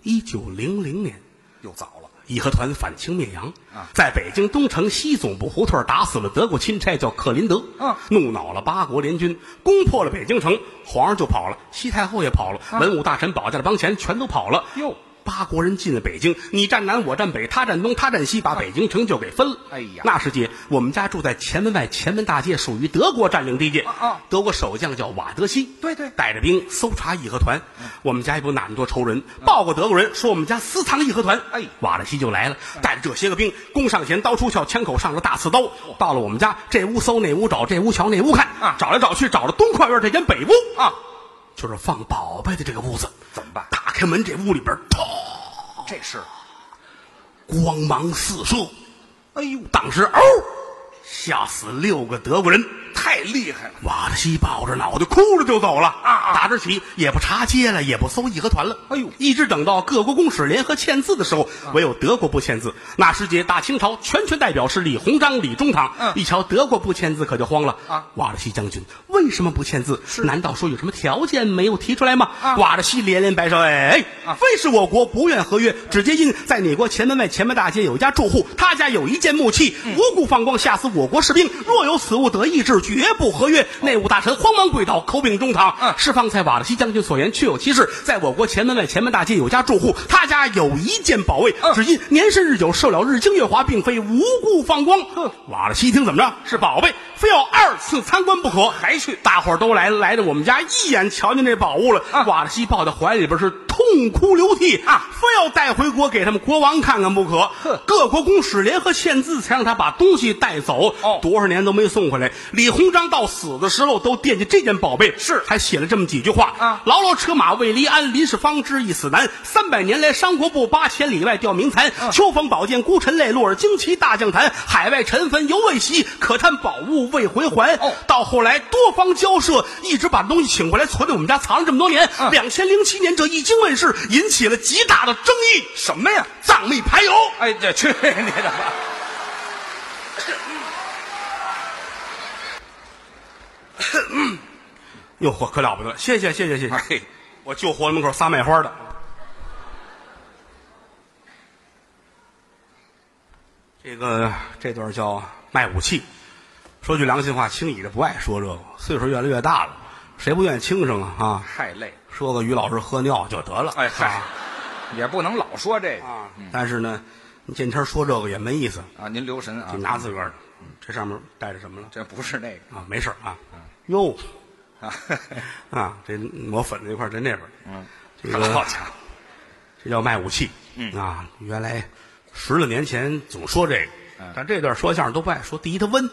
B: 一九零零年，
A: 又早了，
B: 义和团反清灭洋
A: 啊
B: 在北京东城西总部胡同打死了德国钦差叫克林德，
A: 嗯
B: 怒恼了八国联军，攻破了北京城，皇上就跑了，西太后也跑了，文武大臣、保家的帮钱全都跑了。
A: 啊哟，
B: 八国人进了北京，你站南，我站北，他站东，他站西，把北京城就给分了。
A: 啊哎呀
B: 那时节，我们家住在前门外前门大街，属于德国占领地界。
A: 啊
B: 德国守将叫瓦德西，
A: 对对嗯
B: 带着兵搜查义和团。我们家也不哪么多仇人，报过德国人说我们家私藏义和团。
A: 哎
B: 瓦德西就来了，带着这些个兵，弓上弦，刀出鞘，枪口上了大刺刀。到了我们家，这屋搜，那屋找，这屋瞧，那屋看，
A: 啊
B: 找来找去，找了东跨院这间北屋，
A: 啊，
B: 就是放宝贝的这个屋子。
A: 怎么办
B: 打开门，这屋里边砰哦
A: 这是，
B: 光芒四射，
A: 哎呦，
B: 当时嗷，吓死六个德国人。
A: 太厉害了。
B: 瓦德西抱着脑袋哭着就走了
A: 啊啊
B: 打这起也不查街了，也不搜义和团了。
A: 哎呦啊
B: 一直等到各国公使联合签字的时候，唯有德国不签字。那时节，大清朝全权代表是李鸿章、李中堂。
A: 嗯
B: 一瞧德国不签字，可就慌了
A: 啊
B: 瓦德西将军为什么不签字？难道说有什么条件没有提出来吗？
A: 啊
B: 瓦德西连连摆手，哎，
A: 啊
B: 非是我国不愿合约，只接因在你国前门外前门大街有一家住户，他家有一件木器，
A: 嗯
B: 无故放光，吓死我国士兵。若有此物得意志，绝不合约。内务大臣慌忙跪倒，口禀中堂。
A: 哦嗯
B: 是方才瓦勒西将军所言确有其事，在我国前门外前门大街有家住户，他家有一件宝贝，
A: 嗯
B: 只因年深日久，受了日精月华，并非无故放光。
A: 嗯
B: 瓦勒西一听怎么着是宝贝，非要二次参观不可，还去。大伙儿都来了，来到我们家，一眼瞧见这宝物了，
A: 啊
B: 瓦勒西抱在怀里边是痛哭流涕
A: 啊
B: 非要带回国给他们国王看看不可
A: 哼。
B: 各国公使联合签字，才让他把东西带走。
A: 哦
B: 多少年都没送回来。李鸿章到死的时候都惦记这件宝贝，
A: 是
B: 还写了这么几句话
A: 啊
B: 牢牢车马未离鞍，林氏方知一死难。三百年来商国步，八千里外吊鸣蝉。
A: 啊
B: 秋风宝剑孤臣泪，落日旌旗大将坛。海外尘坟犹未息，可叹宝物未回还。
A: 哦
B: 到后来多方交涉，一直把东西请回来，存在我们家藏了这么多年。
A: 嗯
B: 两千零七年这一经问世，引起了极大的争议，
A: 什么呀？
B: 藏秘排油。
A: 哎，这去 你的吧！
B: 哟呵，可了不得了！谢谢谢谢谢谢，
A: 哎，
B: 我就活门口仨卖花的。这个这段叫卖武器。说句良心话，青姨这不爱说这个，岁数越来越大了，谁不愿意轻声啊？啊，
A: 太累。
B: 说个于老师喝尿就得了。
A: 哎
B: 啊
A: 嗨，也不能老说这个
B: 啊！但是呢，你见天说这个也没意思，
A: 啊，您留神啊
B: 就，拿自个儿的。这上面带着什么了？
A: 这不是那个
B: 啊，没事儿啊。哟，
A: 啊。
B: 啊，这抹粉这块儿在那边儿。
A: 嗯，
B: 这个
A: 好家伙，
B: 这叫卖武器。
A: 嗯
B: 啊，原来十来年前总说这个，但这段说相声都不爱说。第一，它温，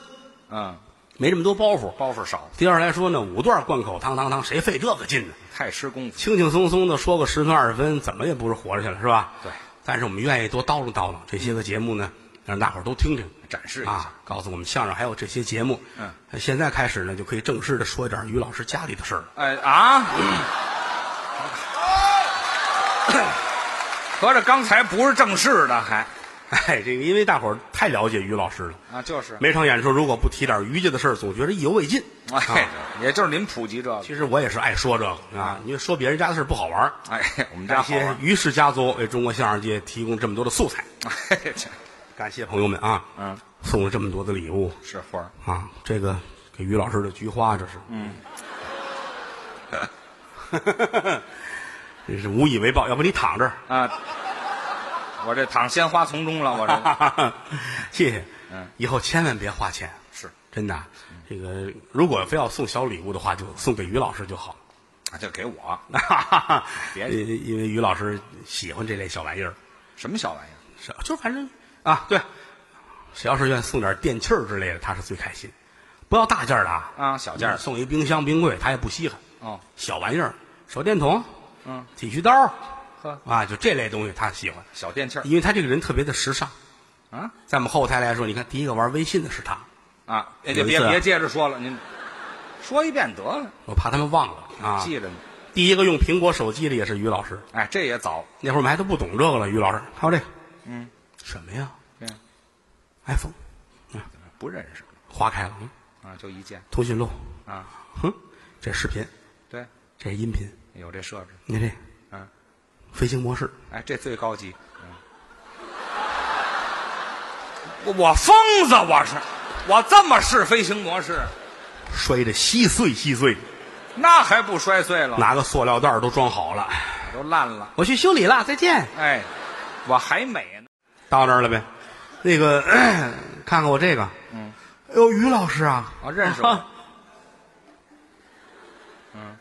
A: 嗯，
B: 没这么多包袱；
A: 包袱少，
B: 第二来说呢，五段贯口，堂堂堂，谁费这个劲呢？
A: 太吃功夫。
B: 轻轻松松的说个十分二十分，怎么也不是活着去了，是吧？
A: 对。
B: 但是我们愿意多叨叨叨叨。这些个节目呢，让大伙儿都听听，
A: 展示一下
B: 啊，告诉我们相声还有这些节目。
A: 嗯，
B: 现在开始呢，就可以正式的说一点于老师家里的事儿了。
A: 哎啊！ 合着刚才不是正式的，还
B: 哎，这个因为大伙儿太了解于老师了，
A: 啊，就是，
B: 每场演出如果不提点于家的事儿，总觉得意犹未尽。
A: 哎
B: 啊，，
A: 也就是您普及这个，
B: 其实我也是爱说这个啊，因为说别人家的事儿不好玩儿。
A: 哎，我们家
B: 感
A: 好玩
B: 谢于氏家族为中国相声界提供这么多的素材，
A: 哎，这
B: 感谢朋友们啊，
A: 嗯，
B: 送了这么多的礼物
A: 是花儿
B: 啊，这个给于老师的菊花，这是，嗯， 这是无以为报，要不你躺这儿，
A: 啊！我这躺鲜花丛中了，我这
B: 哈哈哈谢谢，
A: 嗯，
B: 以后千万别花 钱，
A: 是
B: 真的，啊这个如果非要送小礼物的话，就送给于老师就好了。
A: 啊，就给我
B: 哈哈哈
A: 别
B: 因因为于老师喜欢这类小玩意儿，
A: 什么小玩意儿？
B: 是就反正啊，对，谁要是愿意送点电器儿之类的，他是最开心。不要大件儿的啊，
A: 啊小件儿
B: 送一冰箱、冰柜，他也不稀罕。
A: 哦，
B: 小玩意儿，手电筒，
A: 嗯，
B: 剃须刀
A: 呵，
B: 啊，就这类东西他喜欢，
A: 小电器儿
B: 因为他这个人特别的时尚。
A: 啊
B: 在我们后台来说，你看第一个玩微信的是他，
A: 啊！哎，别
B: 有一
A: 别
B: 次啊
A: 别接着说了，您说一遍得了，
B: 我怕他们忘了啊。
A: 记着呢。
B: 第一个用苹果手机的也是于老师，
A: 哎，这也早，
B: 那会儿我们还都不懂这个了。于老师，还有这个
A: 嗯，
B: 什么呀
A: 这样
B: ？iPhone，
A: 不认识
B: 花开了，嗯
A: 啊，就一见
B: 通讯录，
A: 啊，
B: 哼，这视频，
A: 对，
B: 这是音频，
A: 有这设置，
B: 你看这
A: 嗯，
B: 飞行模式，
A: 哎，这最高级。嗯我我疯子，我是，我这么试飞行模式，
B: 摔得稀碎稀碎，
A: 那还不摔碎了？
B: 拿个塑料袋儿都装好了。
A: 都烂了。
B: 我去修理了，再见。
A: 哎，我还美呢。
B: 到那儿了呗，那个 看看我这个，
A: 嗯，
B: 哎呦，于老师啊，
A: 啊认 识我
B: 啊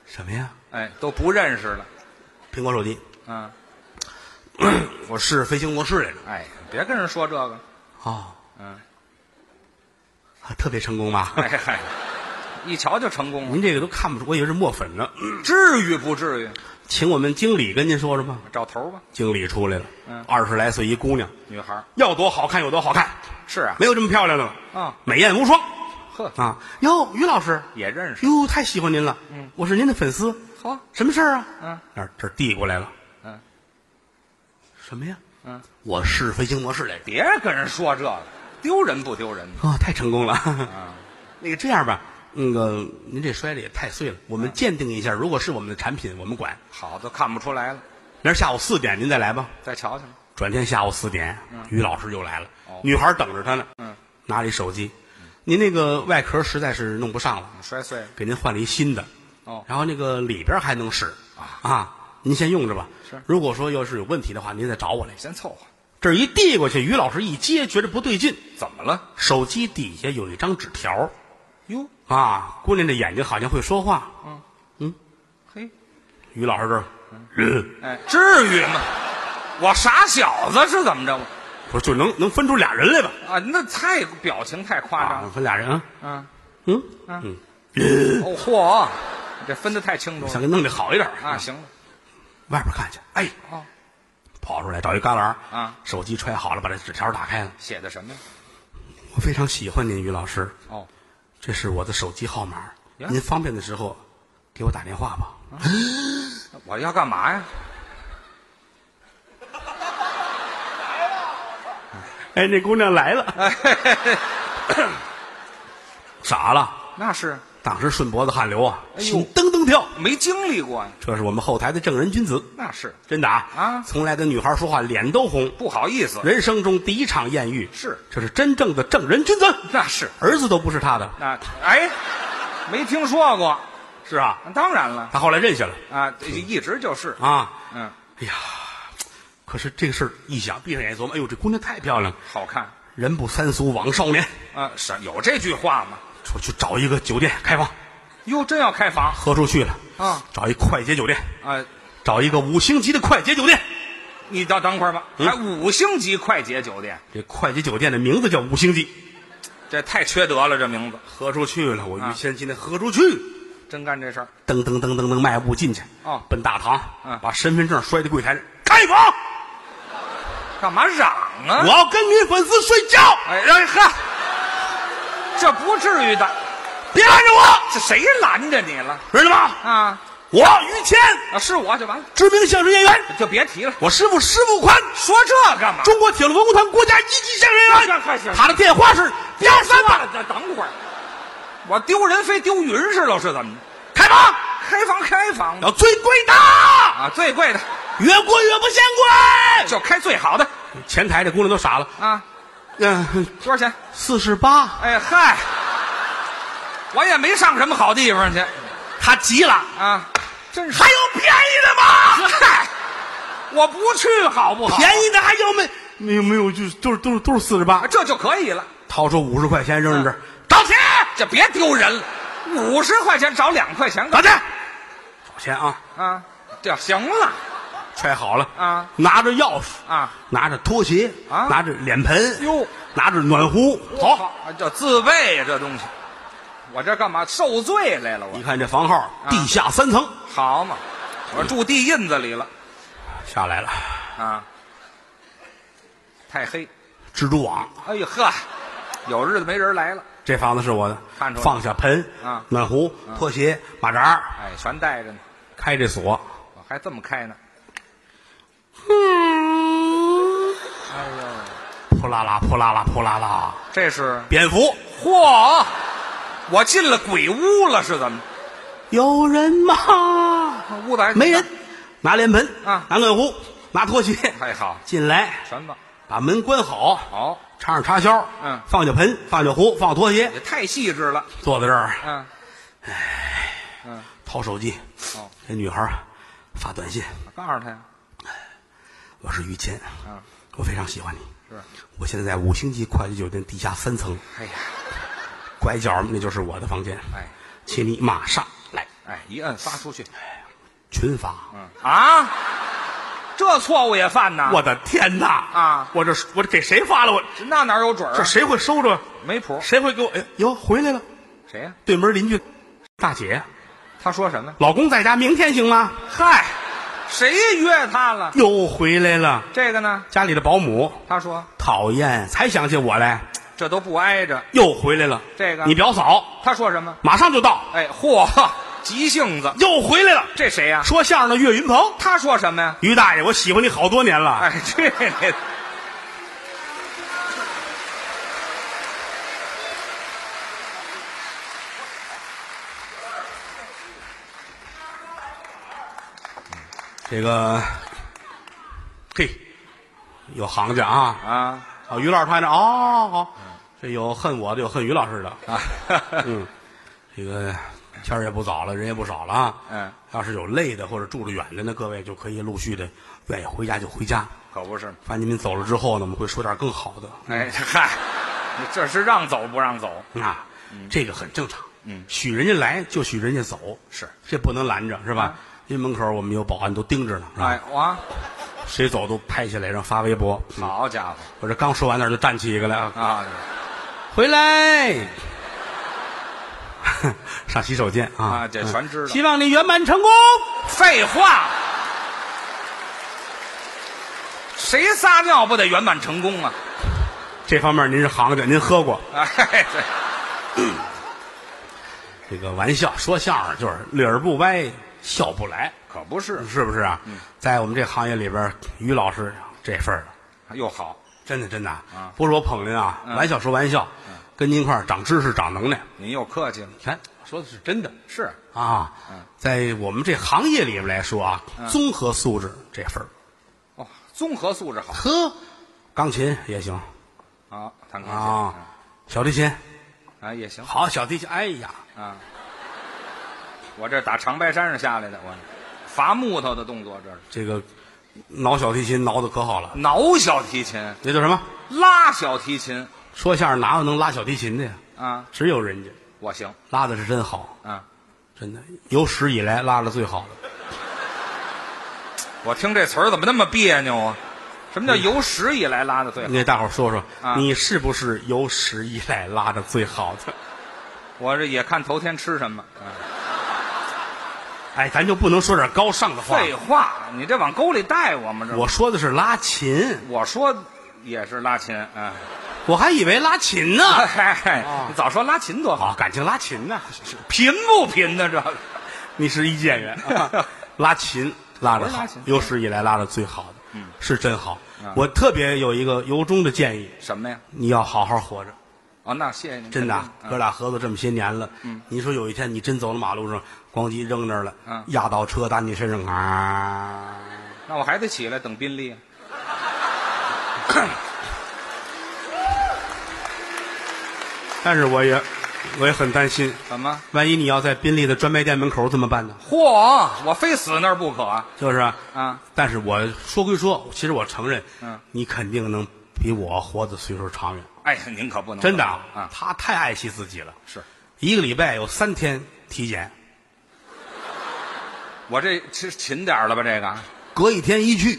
B: 什么呀？
A: 哎，都不认识了。
B: 苹果手机，
A: 嗯，
B: 我试飞行模式来着。
A: 哎，别跟人说这 个。
B: 哦，
A: 嗯，
B: 啊特别成功吧？
A: 哎嗨、一瞧就成功了，
B: 您这个都看不出，我以为是墨粉呢。
A: 至于不至于？
B: 请我们经理跟您说说吧。
A: 找头吧，
B: 经理出来了，
A: 嗯
B: 二十来岁一姑娘，
A: 女孩儿。
B: 要多好看有多好看，
A: 是啊，
B: 没有这么漂亮的了，
A: 啊
B: 美艳无双
A: 呵，
B: 啊！哟，于老师，
A: 也认识。
B: 哟，太喜欢您了，嗯，我是您的粉丝，
A: 嚯，
B: 什么事儿啊？
A: 嗯
B: 那儿这儿递过来了，
A: 嗯，
B: 什么呀？
A: 嗯，
B: 我试飞行模式来着。
A: 别跟人说这个，丢人不丢人？
B: 哦，太成功了。
A: 啊
B: 那个这样吧，那个您这摔的也太碎了，我们鉴定一下，如果是我们的产品，我们管。
A: 好，都看不出来了。
B: 明儿下午四点您再来吧。
A: 再瞧瞧，
B: 转天下午四点，于老师又来了
A: 嗯哦，
B: 女孩等着他呢。
A: 嗯，
B: 拿了一手机，您那个外壳实在是弄不上了，
A: 摔碎了。
B: 给您换了一新的。
A: 哦，
B: 然后那个里边还能使
A: 啊
B: 您先用着吧。
A: 是
B: 如果说要是有问题的话，您再找我来。
A: 先凑合。
B: 这儿一递过去，于老师一接，觉着不对劲，
A: 怎么了？
B: 手机底下有一张纸条
A: 哟，
B: 啊，姑娘这眼睛好像会说话。
A: 嘿，
B: 于老师这儿，嗯
A: 哎，至于吗？我傻小子是怎么着？我
B: 不是就能能分出俩人来吧？
A: 啊，那太表情太夸张
B: 啊，
A: 了。
B: 分俩人啊，
A: 嗯，
B: 嗯
A: 啊
B: 嗯，
A: 哦嚯，这分得太清楚
B: 想
A: 了
B: 给弄得好一点
A: 啊！，行了，
B: 外边看去，哎，
A: 哦，
B: 跑出来找一旮旯
A: 啊，
B: 手机揣好了，把这纸条打开了。
A: 写的什么呀？
B: 我非常喜欢您，于老师，
A: 哦，
B: 这是我的手机号码，
A: 呀
B: 您方便的时候给我打电话吧。
A: 我要干嘛呀？
B: 哎，那姑娘来了， 傻了，
A: 那是
B: 当时顺脖子汗流啊，
A: 哎呦
B: 心噔噔跳。
A: 没经历过呀，
B: 这是我们后台的正人君子，
A: 那是
B: 真的啊
A: 啊
B: 从来跟女孩说话脸都红，
A: 不好意思，
B: 人生中第一场艳遇
A: 是
B: 这是真正的正人君子，
A: 那是
B: 儿子都不是他的，
A: 那哎，没听说过，
B: 是啊，
A: 当然了
B: 他后来认下了
A: 啊，这一直就是，
B: 啊。
A: 嗯，
B: 哎呀，可是这个事儿一想，闭上眼琢磨，哎呦，这姑娘太漂亮了，
A: 好看
B: 人不三俗枉少年，
A: 啊，什有这句话吗？
B: 说去找一个酒店开房，
A: 哟，真要开房
B: 喝出去了，
A: 啊
B: 找一快捷酒店，
A: 啊！
B: 找一个五星级的快捷酒店。
A: 你等等会儿吧，
B: 嗯
A: 还五星级快捷酒店，
B: 这快捷酒店的名字叫五星级，
A: 这太缺德了，这名字
B: 喝出去了，我
A: 啊
B: 于谦今天喝出去，
A: 真干这事儿
B: 噔噔噔噔噔迈步进去，
A: 哦
B: 奔大堂，
A: 嗯
B: 把身份证摔在柜台上，开房。
A: 干嘛嚷啊！
B: 我要跟女粉丝睡觉，
A: 哎哎呵，这不至于的，
B: 别拦着我，
A: 这谁拦着你了
B: 知道吗？
A: 啊？
B: 我于谦，
A: 啊，是我就完了，
B: 知名相声演员，
A: 就别提了，
B: 我师傅师傅宽，
A: 说这干嘛？
B: 中国铁路文工团国家一级相声
A: 行
B: 演
A: 行行
B: 员，他的电话是
A: 别
B: 幺
A: 说
B: 三八，
A: 了，等等会儿，我丢人非丢云似的，是怎么着？
B: 开房
A: 开房开房
B: 要最贵的，
A: 啊，最贵的
B: 越贵越不嫌贵。
A: 就开最好的
B: 前台这姑娘都傻了，
A: 啊，
B: 嗯，
A: 多少钱？
B: 四十八，
A: 哎嗨，我也没上什么好地方去
B: 他急了，
A: 啊，真是
B: 还有便宜的吗？
A: 嗨，我不去好不好？
B: 便宜的还有没？没有没有，就是都是都是都是四十八，
A: 这就可以了，
B: 掏出五十块钱扔在这儿，
A: 嗯
B: 找钱，
A: 这别丢人了。五十块钱找两块钱干
B: 找钱，找钱啊！
A: 啊，这行了
B: 揣好了
A: 啊，
B: 拿着钥匙，
A: 啊，
B: 拿着拖鞋
A: 啊
B: 拿着脸盆
A: 哟，
B: 拿着暖壶走。
A: 好，这自备呀，这东西，我这干嘛受罪来了？我
B: 一看这房号，
A: 啊
B: 地下三层，
A: 好嘛，我住地印子里了
B: 下来了，
A: 啊，太黑。
B: 蜘蛛网，
A: 哎呦呵，有日子没人来了，
B: 这房子是我的，
A: 看出来
B: 放下盆
A: 啊
B: 暖壶、拖鞋、马扎儿，
A: 哎，全带着呢，
B: 开这锁，
A: 我还这么开呢。哎呦，
B: 扑啦啦扑啦啦扑啦啦，
A: 这是
B: 蝙蝠，
A: 嚯，我进了鬼屋了，是怎么？
B: 有人吗？
A: 屋子还挺大
B: 没人，拿脸盆
A: 啊
B: 拿暖壶，拿拖鞋，
A: 太好，
B: 进来，
A: 全吧。
B: 把门关好，
A: 好，
B: 插上插销，
A: 嗯
B: 放下盆，放下壶，放拖鞋，
A: 也太细致了。
B: 坐在这儿
A: 嗯，
B: 掏手机，
A: 哦，
B: 给女孩儿发短信，
A: 我告诉他呀，
B: 我是于谦，
A: 啊，
B: 我非常喜欢你，
A: 是，
B: 我现在在五星级快捷酒店地下三层，
A: 哎呀，
B: 拐角那就是我的房间，
A: 哎，
B: 请你马上来
A: 哎，一摁发出去。
B: 群发，
A: 嗯啊，这错误也犯呐。
B: 我的天哪！
A: 啊嗯
B: 我这我这给谁发了？我
A: 那哪有准儿
B: 这
A: 啊？
B: 谁会收着？
A: 没谱。
B: 谁会给我？哎哟，回来了，
A: 谁呀？
B: 对门邻居大姐，
A: 他说什么呀？
B: 老公在家，明天行吗？
A: 嗨，谁约他了？
B: 又回来了，
A: 这个呢？
B: 家里的保姆
A: 他说
B: 讨厌，才想起我来，
A: 这都不挨着。
B: 又回来了。
A: 这个
B: 你表嫂
A: 他说什么？
B: 马上就到，
A: 哎，嚯，急性子，
B: 又回来了。
A: 这谁呀、
B: 说相声的岳云鹏，
A: 他说什么呀？
B: 于大爷，我喜欢你好多年了。
A: 哎， 这个
B: 这个，嘿，有行家啊。
A: 啊
B: 啊，于老师拍着哦，好，这有恨我的，有恨于老师的。
A: 啊，
B: 嗯，这个天儿也不早了，人也不少了啊。
A: 嗯，
B: 要是有累的或者住得远的呢，各位就可以陆续的愿意回家就回家。
A: 可不是吗？
B: 反正您走了之后呢，我们会说点更好的
A: 哎，嗨，这是让走不让走？
B: 啊，这个很正常。
A: 嗯，
B: 许人家来就许人家走，
A: 是嗯
B: 这不能拦着，是吧？因为门口我们有保安都盯着呢，是吧
A: 哎，哇，
B: 谁走都拍下来，然后发微博。嗯
A: 好家伙
B: 我这刚说完那儿就站起一个来啊，
A: 啊！
B: 回来， 上洗手间啊！
A: 啊这全知道
B: 嗯希望你圆满成功。
A: 废话，谁撒尿不得圆满成功啊？
B: 这方面您是行家，您喝过
A: 哎，对
B: 这个玩笑，说相声就是理儿不歪，笑不来，
A: 可不是，
B: 是不是啊？
A: 嗯
B: 在我们这行业里边，于老师这份儿的，
A: 又好，
B: 真的真的啊，嗯不是我捧您啊，玩笑说玩笑，跟您一块儿长知识、长能耐。
A: 您又客气了。
B: 你看，我说的是真的
A: 是，
B: 啊。在我们这行业里边来说啊，综合素质这份儿，
A: 哦，综合素质好
B: 呵，钢琴也行。
A: 好，弹钢琴
B: 啊，小提琴，
A: 啊也行
B: 好，小提琴，哎呀，
A: 啊。我这打长白山上下来的，我伐木头的动作，这是
B: 这个挠小提琴挠的可好了，
A: 挠小提琴、
B: 那叫什么？
A: 拉小提琴
B: 说相声哪有能拉小提琴的呀？
A: 啊，
B: 只有人家
A: 我行
B: 拉的是真好，
A: 啊。
B: 真的有史以来拉的最好的。
A: 我听这词儿怎么那么别扭啊？什
B: 嗯
A: 么叫有史以来拉的最好？
B: 你给大伙儿说说，
A: 啊
B: 你是不是有史以来拉的最好的？
A: 我这也看头天吃什么。啊、
B: 哎，咱就不能说点高尚的话。
A: 废话，你这往沟里带我吗？这
B: 我说的是拉琴，
A: 我说也是拉琴啊。
B: 我还以为拉琴呢。
A: 嗨、
B: 啊
A: 你早说拉琴多好，
B: 哦，感情拉琴呢？
A: 贫不贫呢？这个
B: 你是一介人， 啊拉琴拉的
A: 我是
B: 好
A: 拉琴，嗯
B: 有史以来拉的最好的，是真好。我特别有一个由衷的建议，
A: 什么呀？
B: 你要好好活着，
A: 哦，那谢谢您，
B: 真的啊。
A: 肯定
B: 哥俩合作这么些年了，你说有一天你真走到马路上，咣叽扔那儿了
A: 嗯，
B: 压到车单你身上啊，
A: 嗯那我还得起来等宾利啊。
B: 但是我也我也很担心，
A: 怎么？
B: 万一你要在宾利的专卖店门口怎么办呢？
A: 嚯，我非死那儿不可啊！
B: 就是啊
A: 啊，
B: 但是我说归说，其实我承认，
A: 嗯，
B: 你肯定能比我活得岁数长远，
A: 哎呀，您可不能
B: 真的
A: 啊
B: 啊！他太爱惜自己了，
A: 是
B: 一个礼拜有三天体检，
A: 我这勤勤点儿了吧？这个
B: 隔一天一去。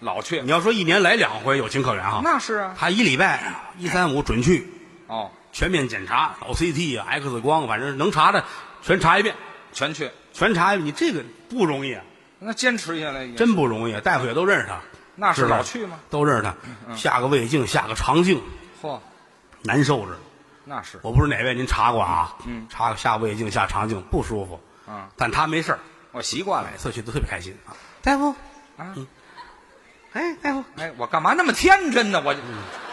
A: 老去
B: 你，要说一年来两回，有情可原哈。
A: 那是啊。
B: 他一礼拜一三五准去，
A: 哦，
B: 全面检查，老 CT 啊、X 光，反正能查的全查一遍，
A: 全去，
B: 全查一遍。你这个不容易啊，
A: 那坚持下来也
B: 真不容易啊。大夫也都认识他，
A: 那是
B: 知道
A: 老去吗？嗯
B: 都认识他，下个胃镜，下个肠镜，
A: 嚯，
B: 难受着。
A: 那是
B: 我不知哪位您查过啊？嗯，查过下胃镜、下肠镜不舒服，
A: 啊，
B: 但他没事儿，
A: 我习惯了
B: 每。次去都特别开心啊。大夫，
A: 啊
B: 嗯，哎，大夫，
A: 哎，我干嘛那么天真呢？我就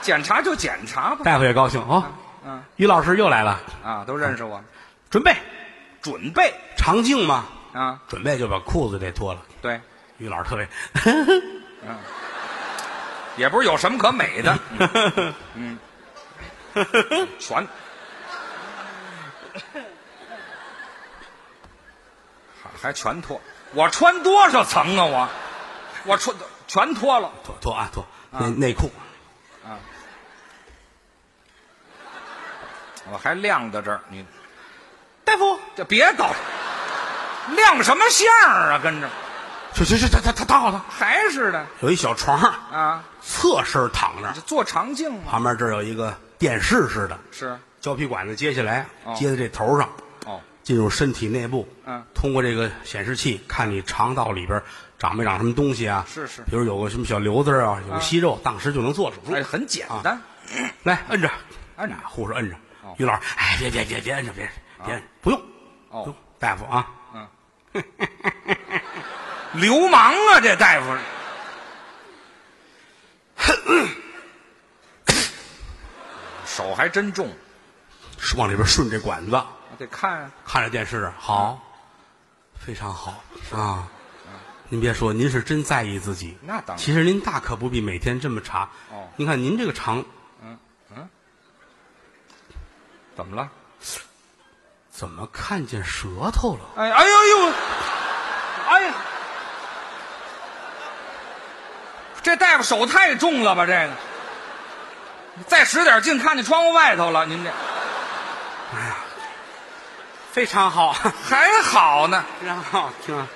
A: 检查就检查吧。
B: 嗯大夫也高兴啊。
A: 嗯
B: 于老师又来了，
A: 啊，都认识我，
B: 准备
A: 准备
B: 肠镜嘛，
A: 啊，
B: 准备就把裤子给脱了。
A: 对，
B: 于老师特别，
A: 也不是有什么可美的，嗯，嗯全。还还全脱，我穿多少层啊我，我穿全脱了，
B: 脱脱啊脱内内裤，
A: 我还晾在这儿，你
B: 大夫，
A: 这别倒，亮什么相儿啊？跟着
B: 去去去，他他他躺好了，
A: 还是的
B: 有一小床，
A: 啊，
B: 侧身躺着
A: 这，做肠镜嘛
B: 旁边这儿有一个电视似的
A: 是
B: 胶皮管子接下来
A: 哦，
B: 接在这头上，
A: 哦，
B: 进入身体内部，
A: 嗯，
B: 通过这个显示器看你肠道里边长没长什么东西啊？
A: 是是
B: 比如有个什么小瘤子啊，有个息肉，当时就能做手术
A: 哎，。很简单，
B: 来，摁着，
A: 摁着
B: 啊护士摁着
A: 哦。啊
B: 于老师，哎，别别别别摁着，别别摁着，不用，不
A: 哦
B: 用，，大夫啊，
A: 流氓啊，这大夫，手还真重，
B: 是往里边顺这管子，
A: 我得看啊
B: 看着电视，
A: 嗯
B: 好，非常好啊。您别说，您是真在意自己。
A: 那当然
B: 其实您大可不必每天这么查。
A: 哦
B: 您看您这个肠
A: 怎么了？
B: 怎么看见舌头了？
A: 哎哎呦呦，哎呀，这大夫手太重了吧？这个，再使点劲，看见窗户外头了。您这
B: 非常 好，
A: 还好呢
B: 非常好，听啊！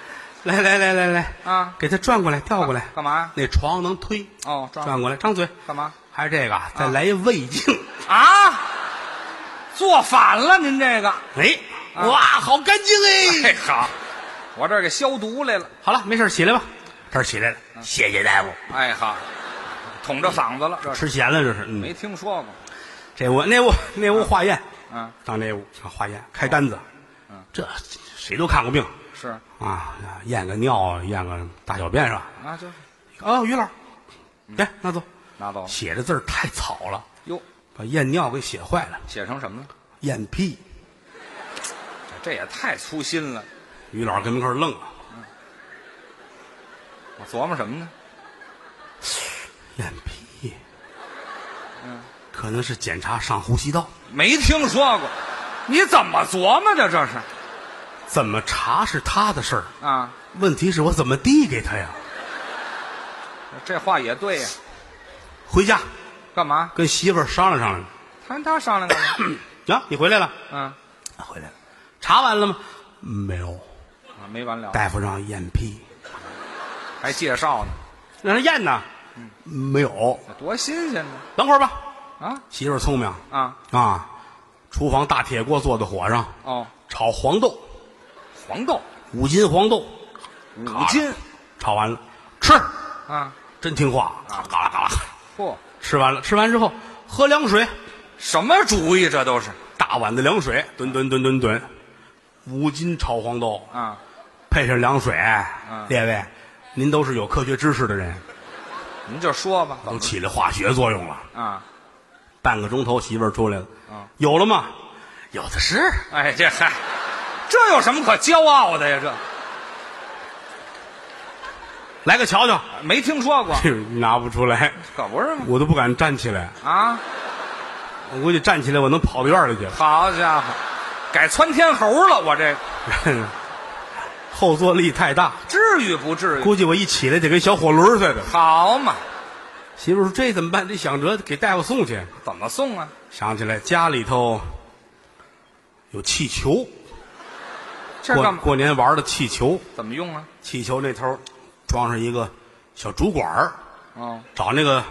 B: 来来来来来，
A: 啊？
B: 给他转过来，调过来，
A: 干嘛呀？
B: 那床能推，
A: 哦，抓
B: 转过来，张嘴。
A: 干嘛
B: 还是这个啊，再来一胃镜。
A: 啊？做反了，您这个。
B: 哎，哇，好干净哎！
A: 嘿，好，我这儿给消毒来了。
B: 好了，没事，起来吧。啊这儿起来了，谢谢大夫。
A: 哎，好，捅着嗓子了，这是
B: 吃咸了这是，嗯，
A: 没听说过。
B: 这屋那屋那屋化验，
A: 嗯，
B: 上那屋上化验开单子，这谁都看过病
A: 是
B: 啊，验个尿，验个大小便是吧？
A: 啊，就
B: 哦，于老，哎来拿走，
A: 拿走了。
B: 写的字儿太草了，
A: 哟，
B: 把验尿给写坏了，
A: 写成什么了？
B: 验屁。
A: 这这也太粗心了。
B: 于老跟门口愣了，
A: 我琢磨什么呢？
B: 验屁，嗯可能是检查上呼吸道，
A: 没听说过，你怎么琢磨的？这是
B: 怎么查是他的事儿，
A: 啊，
B: 问题是我怎么递给他呀？
A: 这话也对呀、
B: 回家
A: 干嘛？
B: 跟媳妇儿商量商量。
A: 他跟他商量干嘛？
B: 啊，你回来了，
A: 嗯
B: 啊回来了，查完了吗？没有，
A: 啊，没完了，
B: 大夫让验屁，
A: 还介绍呢，
B: 让人验呢，没有。
A: 这多新鲜呢！
B: 等会儿吧，
A: 啊
B: 媳妇儿聪明
A: 啊
B: 啊，厨房大铁锅做的火上
A: 哦，
B: 炒黄豆，
A: 黄豆
B: 五斤黄豆，
A: 五斤
B: 炒完了吃，
A: 啊，
B: 真听话，嘎啦嘎啦嘎啦，
A: 嚯、
B: 吃完了，吃完之后喝凉水，
A: 什么主意？这都是
B: 大碗的凉水，吨吨吨吨吨，五斤炒黄豆，
A: 啊，
B: 配上凉水，列位，您都是有科学知识的人，
A: 您就说吧，
B: 都起了化学作用了。
A: 啊，
B: 半个钟头，媳妇儿出来了
A: 嗯，
B: 有了吗？有的是。
A: 哎，这嗨，这有什么可骄傲的呀？这
B: 来个瞧瞧，
A: 没听说过，
B: 拿不出来，
A: 可不是吗？
B: 我都不敢站起来。
A: 啊，
B: 我估计站起来，我能跑到院里去。
A: 好家伙，改窜天猴了，我这个
B: 后坐力太大，
A: 至于不至于？
B: 估计我一起来得跟小火轮似的。
A: 好嘛，
B: 媳妇儿说：“这怎么办？得想着给大夫送去。
A: 怎么送啊？”
B: 想起来家里头有气球，
A: 这
B: 过
A: 干嘛？
B: 过年玩的气球，
A: 怎么用啊？
B: 气球那头装上一个小主管儿，
A: 哦，
B: 找那个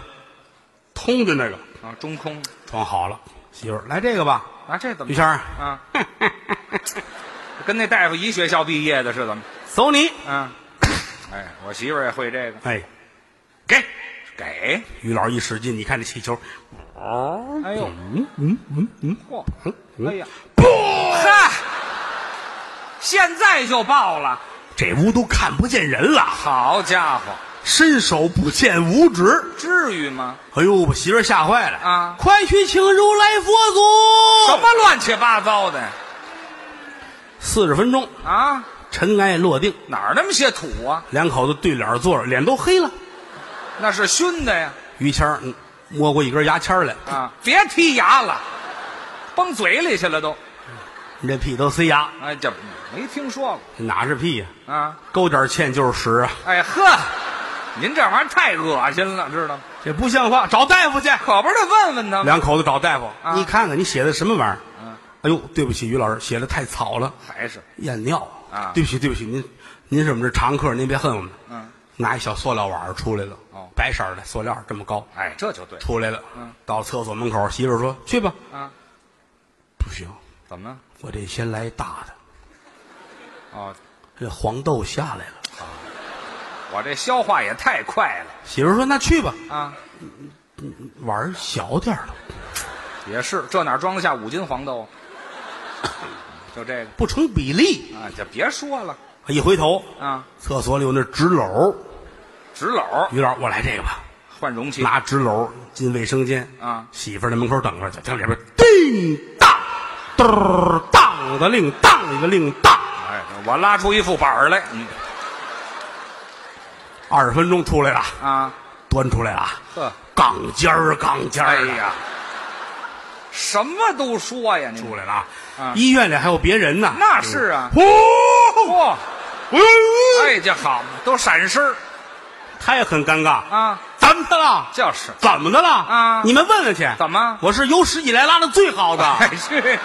B: 通的那个
A: 啊，中空，
B: 装好了。媳妇儿来这个吧，
A: 啊，这怎么
B: 于？谦儿
A: 啊， 跟那大夫一学校毕业的是怎么？
B: 走你。
A: 嗯，哎，我媳妇儿也会这个，
B: 哎，给
A: 给，
B: 于老一使劲，你看这气球，
A: 哎呦，嗯嗯嗯，嚯，哎呀，嗨，现在就爆了，
B: 这屋都看不见人了，
A: 好家伙，
B: 伸手不见五指。
A: 至于吗？
B: 哎呦，我媳妇儿吓坏了
A: 啊
B: 快去请如来佛
A: 什
B: 祖！
A: 么乱七八糟的
B: 四十分钟，
A: 啊？
B: 尘埃落定，
A: 哪儿那么些土啊？
B: 两口子对脸坐着，脸都黑了。
A: 那是熏的呀！
B: 于谦儿嗯摸过一根牙签儿来，
A: 啊，别剔牙了，崩嘴里去了都。
B: 你这屁都塞牙，
A: 哎，这没听说
B: 哪是屁呀、
A: 过啊！
B: 勾点儿芡就是屎啊！
A: 哎呵，您这玩意儿太恶心了，知道吗？
B: 这不像话，找大夫去。
A: 可不是得问问他吗？
B: 两口子找大夫，
A: 啊
B: 你看看你写的什么玩意儿？
A: 嗯
B: 哎呦，对不起，于老师写的太草了，
A: 还是
B: 验尿
A: 啊
B: 对不起，对不起，您您是我们这常客，您别恨我们。
A: 嗯，
B: 拿一小塑料碗儿出来了，
A: 哦
B: 白色儿的塑料儿这么高，
A: 哎，这就对
B: 出来了。
A: 嗯，
B: 到厕所门口，媳妇儿说：“去吧。
A: 啊。”
B: 不行，
A: 怎么了？
B: 我得先来大的。
A: 哦，
B: 这黄豆下来了，
A: 我这消化也太快了
B: 媳妇儿说：“那去吧，
A: 啊！
B: 碗儿小点儿了，
A: 也是，这哪装得下五斤黄豆啊？就这个
B: 不成比例。
A: 啊，就别说了”
B: 一回头，
A: 啊！
B: 厕所里有那纸篓儿，
A: 纸篓
B: 于老师，我来这个吧。
A: 换容器，
B: 拿纸篓进卫生间
A: 啊
B: 媳妇儿在门口等着，就听里边叮当，嘚儿当的令当一个令当，
A: 哎，我拉出一副板儿来，嗯
B: 二十分钟出来了，
A: 啊，
B: 端出来了啊，
A: 呵，
B: 杠尖儿杠尖
A: 哎
B: 儿的，
A: 呀，什么都说呀，你
B: 出来了啊
A: 啊
B: 医院里还有别人呢，
A: 那是啊
B: 呼，
A: 嚯，
B: 哎呦
A: 哎，这好嘛，都闪身儿
B: 他也很尴尬，
A: 啊，
B: 怎么的了？
A: 就是，
B: 怎么的了？
A: 啊
B: 你们问问去，
A: 怎么
B: 我是有史以来拉的最好的，
A: 哎，是，